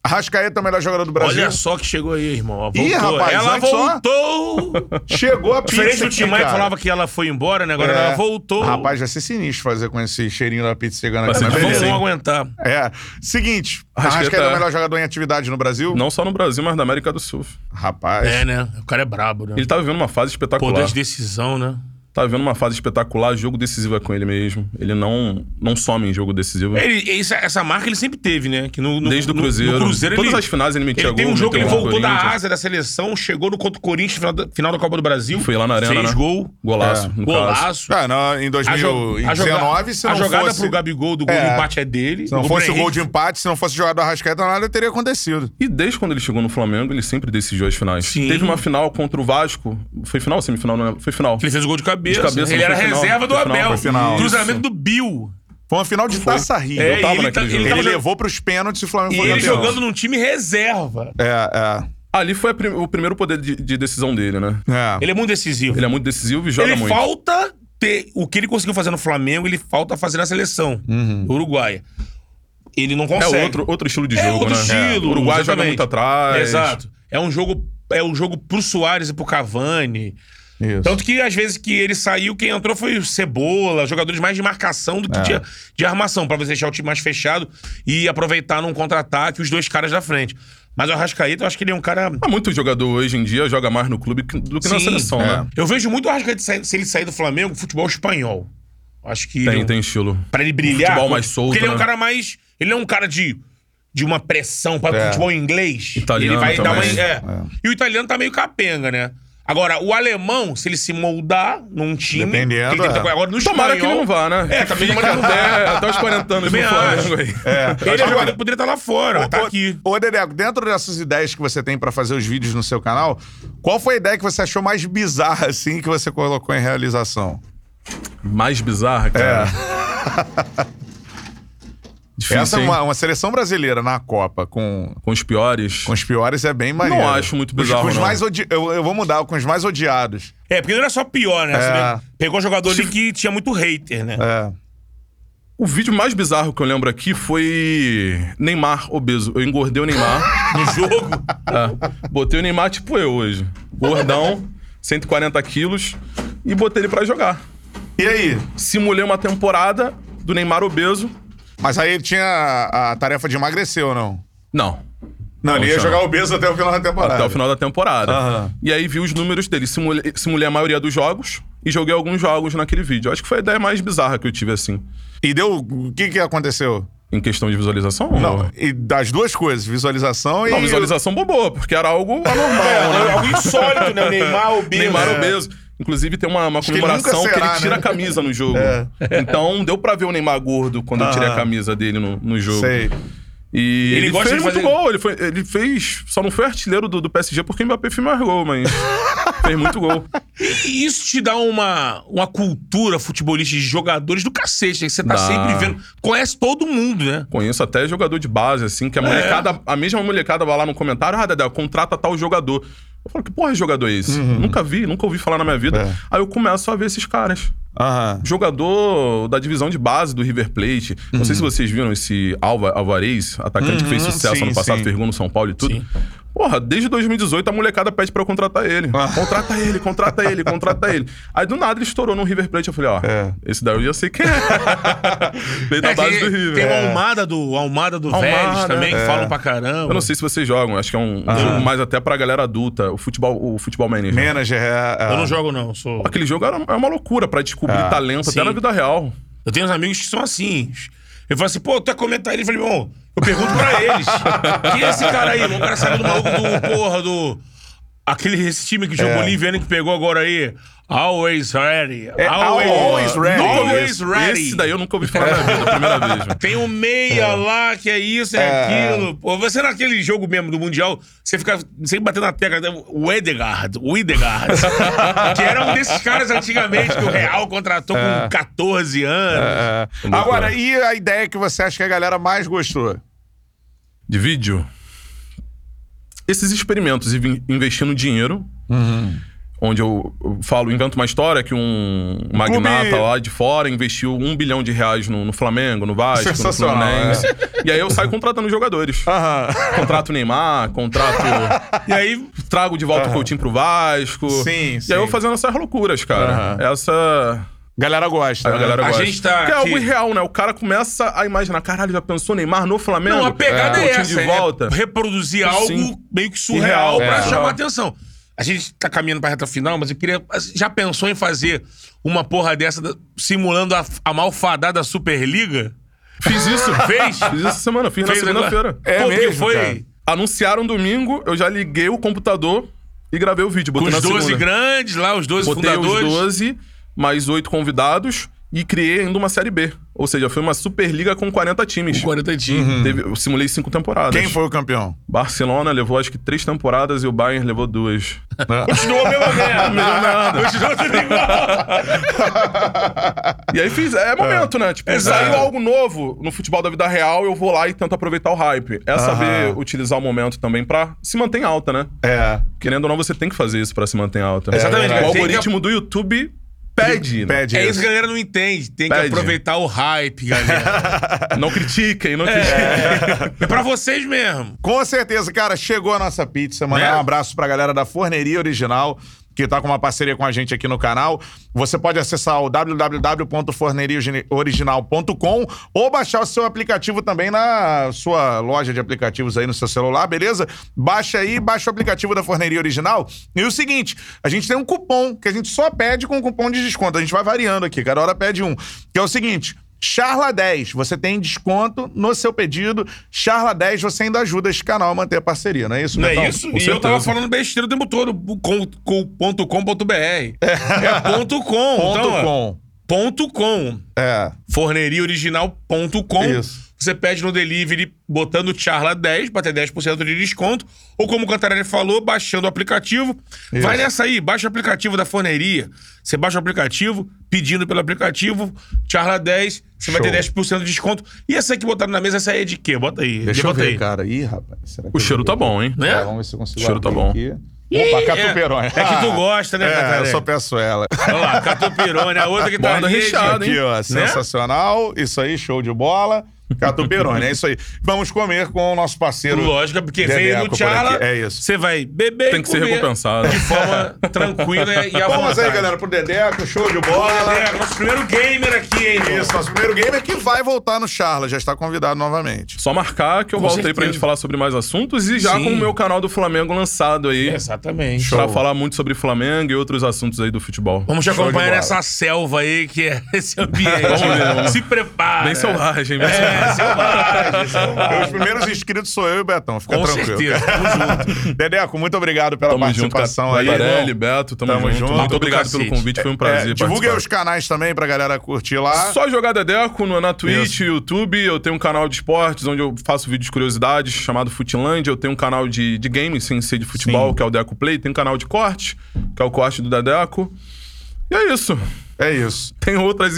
A: Arrascaeta é o melhor jogador do Brasil.
B: Olha só que chegou aí, irmão. Ó,
A: Ih,
B: voltou.
A: rapaz,
B: ela
A: antes só-
B: voltou!
A: Chegou a pizza
B: Diferente do
A: aqui,
B: Timai que
A: cara.
B: falava que ela foi embora, né? Agora
A: É.
B: ela voltou.
A: Rapaz, vai ser sinistro fazer com esse cheirinho da pizza cegana
C: Vai
A: aqui.
C: ser
A: mas
B: Mas vamos
A: beleza.
C: hein?
B: aguentar.
A: É. Seguinte,
C: Arrascaeta-
A: Arrascaeta é o melhor jogador em atividade no Brasil?
C: Não só no Brasil, mas na América do Sul.
A: Rapaz.
B: É, né? O cara é brabo, né?
C: Ele tá vivendo uma fase
B: Poder
C: espetacular.
B: de decisão, né?
C: Tá vivendo uma fase espetacular, jogo decisivo é com ele mesmo. Ele não, não some em jogo decisivo.
B: Ele- essa, essa marca ele sempre teve, né? Que no, no-
C: Desde o
B: no-
C: Cruzeiro.
B: No, Cruzeiro
C: Todas
B: ele,
C: as finais ele metia
B: ele tem
C: gol,
B: um
C: né,
B: jogo que ele
C: meteu
B: voltou
C: gol no
B: da
C: Corinthians.
B: asa da seleção, chegou no contra o Corinthians, final da, final da Copa do Brasil.
C: Foi lá na arena,
B: Fez
C: né?
B: gol.
C: Golaço, um no caso.
B: Golaço.
A: É, não, em
B: A, jo- a joga-
A: 2019, se
B: a
A: não
B: jogada
A: fosse...
B: pro Gabigol do gol
A: É.
B: de empate é dele.
A: Se não
B: Do
A: fosse o
B: pro
A: gol de
B: Henrique.
A: empate, se não fosse jogado Arrascaeta, nada teria acontecido.
C: E desde quando ele chegou no Flamengo, ele sempre decidiu as finais.
B: Sim.
C: Teve uma final contra o Vasco. Foi final ou semifinal? Não lembro. Foi final.
B: Ele fez o gol de cabeça.
C: De cabeça,
B: ele
C: não
B: era
C: foi final,
B: reserva do
C: foi final,
B: Abel.
A: foi final.
B: Cruzamento do Bill.
A: Foi uma final de Taça Rio.
B: É,
C: eu tava
B: e ele,
C: naquele
B: tá-
C: jogo.
B: ele
A: ele
B: tava jogando-
A: levou pros pênaltis e o Flamengo
B: e
A: foi
B: ele
A: campeão.
B: jogando num time reserva.
A: É,
C: Ali foi a prim- o primeiro poder de, de decisão dele, né?
A: é. é.
B: Ele é muito decisivo.
C: Ele é muito decisivo e joga
B: ele
C: muito.
B: falta ter o que ele conseguiu fazer no Flamengo, ele falta fazer na seleção uruguaia. Ele não consegue.
C: Uhum. É outro, outro estilo de jogo,
B: é outro
C: né?
B: estilo.
C: O Uruguai joga
B: exatamente.
C: muito atrás.
B: Exato. É um jogo é um jogo pro Soares e pro Cavani.
A: Isso.
B: Tanto que às vezes que ele saiu, quem entrou foi o Cebola, jogadores mais de marcação
C: É.
B: do que de, de armação, pra você deixar o time mais fechado e aproveitar num contra-ataque os dois caras da frente. Mas o Arrascaeta, eu acho que ele é um cara
C: Há Tá muito jogador hoje em dia joga mais no clube que- do que na
B: Sim,
C: seleção,
A: é.
C: né?
B: Eu vejo muito o Arrascaeta sair- se ele sair do Flamengo, futebol espanhol. Acho que
C: Tem,
B: ele, é um
C: tem estilo.
B: pra ele brilhar.
C: futebol mais solto,
B: Porque ele é um
C: né?
B: cara mais. Ele é um cara de, de uma pressão para
A: É.
B: futebol inglês.
C: Italiano
B: ele vai dar uma.
C: também.
B: é.
A: É.
B: E o italiano tá meio capenga, né? Agora, o alemão, se ele se moldar num time.
A: Dependendo,
B: que ele tem que-
A: é.
B: Agora, no
C: Tomara
B: espanhol,
C: que ele não vá, né?
B: É, também tomara que ele não vá.
C: até, até os 40 anos no
B: Também
C: Flamengo
A: É.
C: aí.
B: Ele é um
A: Agora,
B: jogador que poderia estar lá fora, tá
A: ô-
B: aqui.
A: Ô, Dedeco, dentro dessas ideias que você tem pra fazer os vídeos no seu canal, qual foi a ideia que você achou mais bizarra, assim, que você colocou em realização?
C: Mais bizarra, cara.
B: É.
C: Difícil,
A: Essa é
C: hein?
A: uma, uma seleção brasileira na Copa com,
C: Com os piores.
A: com os piores é bem maneiro.
C: Não acho muito
A: Com os-
C: bizarro,
A: Com os
C: não.
A: mais odi- eu, eu vou mudar, com os mais odiados.
B: É, porque não era só é pior, né?
A: É.
B: Você pegou jogador ali que tinha muito hater, né?
A: É.
C: O vídeo mais bizarro que eu lembro aqui foi Neymar obeso. Eu engordei o Neymar.
B: No jogo.
C: É. Botei o Neymar tipo eu hoje. Gordão, 140 quilos. E botei ele pra jogar.
A: E aí?
C: Simulei uma temporada do Neymar obeso.
A: Mas aí ele tinha a, a tarefa de emagrecer ou não?
C: Não.
A: Não, ele ia jogar obeso até o final da temporada.
C: Até o final da temporada.
A: É. Aham.
C: E aí vi os números dele. Simulei, simulei a maioria dos jogos e joguei alguns jogos naquele vídeo. Acho que foi a ideia mais bizarra que eu tive, assim.
A: E deu. O que que aconteceu?
C: Em questão de visualização?
A: Não, e das duas coisas, visualização e.
C: Não, visualização bobou, porque era algo
B: É,
C: anormal,
B: é
C: né?
B: algo insólito, né? O Neymar, o
C: Neymar
A: É.
C: obeso. Inclusive, tem uma, uma
A: que
C: comemoração
A: nunca
C: que,
A: será,
C: ele tira
A: né?
C: a camisa no jogo.
A: É.
C: Então, deu pra ver o Neymar gordo quando eu tirei a
A: Aham.
C: camisa dele no, no jogo.
A: Sei.
C: E
B: Ele
C: ele,
B: gosta
C: fez
B: de
C: muito
B: fazer-
C: gol. Ele, foi- ele fez... Só não foi artilheiro do, do PSG porque o Mbappé fez mais gol, mas... fez muito gol.
B: E isso te dá uma, uma cultura futebolista de jogadores do cacete, né? Que Você tá
C: Dá.
B: sempre vendo. Conhece todo mundo, né?
C: Conheço até jogador de base, assim,
B: É.
C: que a molecada, a mesma molecada vai lá no comentário, ah, Dedé, contrata tal jogador. Eu falo, que porra de jogador é esse? Nunca vi, nunca ouvi falar na minha vida.
A: Uhum. É.
C: Aí eu começo a ver esses caras.
A: Aham.
C: Jogador da divisão de base do River Plate. Não sei se vocês viram esse Alva, Alvarez, atacante que fez
A: Uhum,
C: sucesso
A: sim,
C: ano passado,
A: sim.
C: fez gol no São Paulo e tudo.
B: Sim.
C: Porra, desde 2018 a molecada pede pra eu contratar ele. Contrata ele, contrata ele, contrata ele. Aí do nada ele estourou no River Plate. Eu falei, ó,
A: É.
C: esse daí eu já sei quem é. Veio da
B: É,
C: base
B: tem,
C: do River.
B: tem
C: É.
B: uma almada do, almada do
C: Almada,
B: Vélez também, que
C: é.
B: falam pra caramba.
C: Eu não sei se vocês jogam, acho que é um um jogo mais até pra galera adulta, o futebol, o futebol manager.
A: Manager, é. é.
B: Eu não jogo, não. Sou...
C: Aquele jogo era- é uma loucura pra descobrir
A: Ah,
C: talento
B: sim.
C: até na vida real.
B: Eu tenho uns amigos que são assim. Eu falo assim, pô, tu é comentar ele? Eu falei, bom, eu pergunto pra eles. Quem é esse cara aí? O cara saiu do maluco do, porra, do... Aquele esse time que jogou
A: É.
B: Liviano que pegou agora aí. Always ready.
A: É, always ready.
B: Always ready.
C: Esse daí eu nunca ouvi falar na vida, a primeira vez. mano.
B: Tem um meia lá, que é isso, é,
A: É.
B: aquilo. Pô, você naquele jogo mesmo do Mundial, você fica sempre batendo na tecla, né? o Edegard, o Edegard. que era um desses caras antigamente que o Real contratou com 14 anos.
A: É. Agora, e a ideia que você acha que a galera mais gostou?
C: De vídeo. Esses experimentos e vim- investindo dinheiro.
B: Uhum.
C: Onde eu eu falo, invento uma história que um magnata
A: Clube-
C: lá de fora investiu um bilhão de reais no, no Flamengo, no Vasco, no
A: Sensacional,
C: Fluminense.
B: é.
C: E aí eu saio contratando jogadores.
A: Aham.
C: Contrato Neymar, contrato
B: Ah. E aí,
C: trago de volta o Coutinho pro Vasco.
A: Sim,
C: e
A: sim.
C: aí eu fazendo essas loucuras, cara.
A: Aham.
C: Essa. é
A: Galera gosta.
C: A
A: né?
C: galera
B: A
C: gosta.
B: gente tá
C: Porque é
B: aqui-
C: algo irreal, né? O cara começa a imaginar, caralho, já pensou Neymar no Flamengo?
B: não, a pegada é,
C: Coutinho
B: essa.
C: de volta.
B: É reproduzir algo
C: Sim.
B: meio que surreal
C: Surreal,
B: pra
C: é.
B: chamar atenção. A gente tá caminhando pra reta final, mas eu queria. Já pensou em fazer uma porra dessa da- simulando a, a malfadada Superliga?
C: Fiz isso.
B: Fez?
C: Fiz isso essa semana, fiz na
B: Fez agora?
C: segunda-feira.
A: É
B: Pô, porque
A: mesmo,
B: foi
A: cara.
C: Anunciaram domingo, eu já liguei o computador e gravei o vídeo.
B: com
C: Botei
B: os
C: na
B: 12
C: segunda.
B: grandes lá, os 12
C: Botei
B: fundadores.
C: os 12, mais 8 convidados e criei ainda uma Série B. Ou seja, foi uma Superliga com 40 times.
B: 40 times.
C: Teve- eu simulei cinco temporadas.
A: Quem foi o campeão?
C: Barcelona levou acho que três temporadas e o Bayern levou duas.
A: né?
B: Continuou a mesma merda. Continuou tudo igual.
C: E aí fiz, é momento, né? Tipo,
B: Exato.
C: saiu algo novo no futebol da vida real, eu vou lá e tento aproveitar o hype. É saber utilizar o momento também pra se manter em alta, né?
A: É.
C: Querendo ou não, você tem que fazer isso pra se manter em alta.
A: Exatamente,
C: O
A: cara.
C: algoritmo do YouTube pede. né?
A: Pede
B: É isso que a galera não entende. Tem que
C: Pede.
B: aproveitar o hype, galera.
C: Não critiquem, não critiquem.
B: É pra vocês mesmo.
A: Com certeza, cara, chegou a nossa pizza.
C: É.
A: Mandar
B: Né?
A: um abraço pra galera da Forneria Original, que tá com uma parceria com a gente aqui no canal. Você pode acessar o www.forneriaoriginal.com ou baixar o seu aplicativo também na sua loja de aplicativos aí no seu celular, beleza? Baixa aí, baixa o aplicativo da Forneria Original. E o seguinte, a gente tem um cupom que a gente só pede com um cupom de desconto. A gente vai variando aqui, cada hora pede um. Que é o seguinte... Charla 10, você tem desconto no seu pedido. Charla 10, você ainda ajuda esse canal a manter a parceria, não é isso,
B: Não
A: Betão?
B: é isso?
C: com
B: E eu tava
C: certeza.
B: falando besteira o tempo todo. Com, com, ponto com ponto BR. É ponto com.
A: Ponto
B: então, ó,
A: com.
B: Ponto com.
A: É.
B: forneriaoriginal.com.
A: Isso.
B: Você pede no delivery botando Charla 10 para ter 10% de desconto. Ou como o Cantarelli falou, baixando o aplicativo. Vai nessa aí, baixa o aplicativo da forneria. Você baixa o aplicativo, pedindo pelo aplicativo, Charla 10, você vai
A: Show.
B: ter 10% de desconto. E essa que botaram na mesa, essa aí é de quê? Bota aí.
A: Deixa eu
B: levanta
A: ver,
B: aí.
A: cara. Ih, rapaz. será que eu
C: O cheiro
A: vou
C: tá
A: ver?
C: bom, hein?
B: Né?
A: Tá, Vamos ver se eu consigo
C: O cheiro tá
A: abrir
C: bom.
A: aqui. Opa,
B: é,
A: catuperona.
B: é que tu gosta, né,
A: É, eu
B: Catarina?
A: só peço ela.
B: Olha lá, Catupirone, a outra que tá
C: Borda
B: na rede.
C: recheada. hein?
A: Aqui, ó, sensacional. Isso aí, show de bola. Catuperone, é isso aí. Vamos comer com o nosso parceiro.
B: Lógico, porque
A: Dedeco
B: veio no
A: por
B: Tchala,
A: aqui, é isso.
B: você vai beber
C: Tem
B: e
C: que ser
B: comer
C: recompensado.
B: De forma tranquila e à
A: Vamos
B: vontade.
A: aí, galera, pro Dedeco, show de bola.
B: Olha, nosso primeiro gamer aqui, hein? irmão?
A: Isso, nosso primeiro game é que vai voltar no Charla, já está convidado novamente.
C: Só marcar que eu
B: Com
C: voltei pra
B: certeza.
C: gente falar sobre mais assuntos e já
B: Sim. É
C: com o meu canal do Flamengo lançado aí.
B: Exatamente.
C: Pra falar muito sobre Flamengo e outros assuntos aí do futebol.
B: Vamos te
A: Show de
B: acompanhar
A: bola.
B: nessa selva aí, que é esse ambiente.
C: Vamos ver, vamos.
B: Se prepara.
A: né?
C: Bem selvagem, bem selvagem.
B: É, selvagem, selvagem.
A: Os primeiros inscritos sou eu e o Betão,
C: Tá
A: fica
B: Com
A: tranquilo.
B: certeza, tamo junto.
A: Dedeco, muito obrigado pela
C: Tamo junto,
A: participação aí.
C: Barelli, Beto, tamo,
A: Tamo
C: junto.
A: junto.
C: Muito
A: Do
C: obrigado
B: cacete.
C: pelo convite, foi um
A: É,
C: prazer
A: divulguem
C: participar.
A: os canais também pra galera curtir lá.
C: Só jogar Dedeco no, na Twitch,
A: Isso.
C: YouTube. Eu tenho um canal de esportes onde eu faço vídeos de curiosidades chamado Futilândia. Eu tenho um canal de, de games sem ser de futebol,
A: Sim.
C: que é o Deco Play. Tem um canal de corte, que é o corte do Dedeco. E é isso.
A: É isso.
C: Tem outras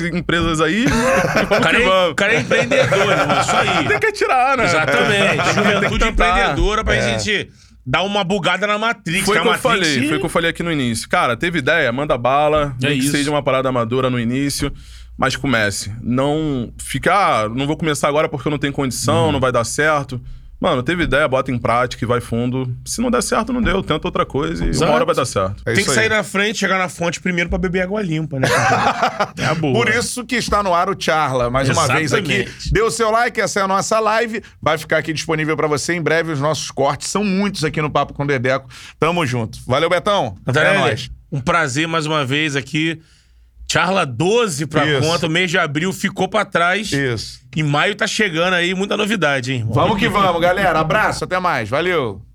C: empresas aí. vamos
B: cara
C: que
B: é,
C: vamos.
B: o cara é empreendedor, irmão. Isso aí.
C: Tem que atirar, né?
B: Exatamente. Juventude
C: Tem que tentar. É.
B: empreendedora pra gente dar uma bugada na Matrix.
C: Foi o
B: que a
C: que eu
B: Matrix-
C: falei, foi o que eu falei aqui no início. Cara, teve ideia, manda bala,
B: É
C: nem que
B: isso.
C: seja uma parada amadora no início, mas comece. Não ficar, ah, não vou começar agora porque eu não tenho
B: Uhum.
C: condição, não vai dar certo. Mano, teve ideia, bota em prática e vai fundo. Se não der certo, não deu, tenta outra coisa e
B: Exato.
C: uma hora vai dar certo.
A: É
B: Tem
A: isso
B: que sair
A: aí.
B: na frente, chegar na fonte primeiro pra beber água limpa, né? cara? é a boa.
A: Por isso que está no ar o Charla, mais uma vez aqui.
B: Exatamente.
A: Dê o seu like, essa é a nossa live. Vai ficar aqui disponível pra você em breve. Os nossos cortes são muitos aqui no Papo com o Dedeco. Tamo junto. Valeu, Betão.
B: Cantarelli,
A: é nóis.
B: um prazer mais uma vez aqui. Charla 12 pra
A: Isso.
B: conta, o mês de abril ficou pra trás.
A: Isso.
B: E maio tá chegando aí, muita novidade, hein? irmão?
A: Vamos que vamos, galera. Abraço, até mais. Valeu.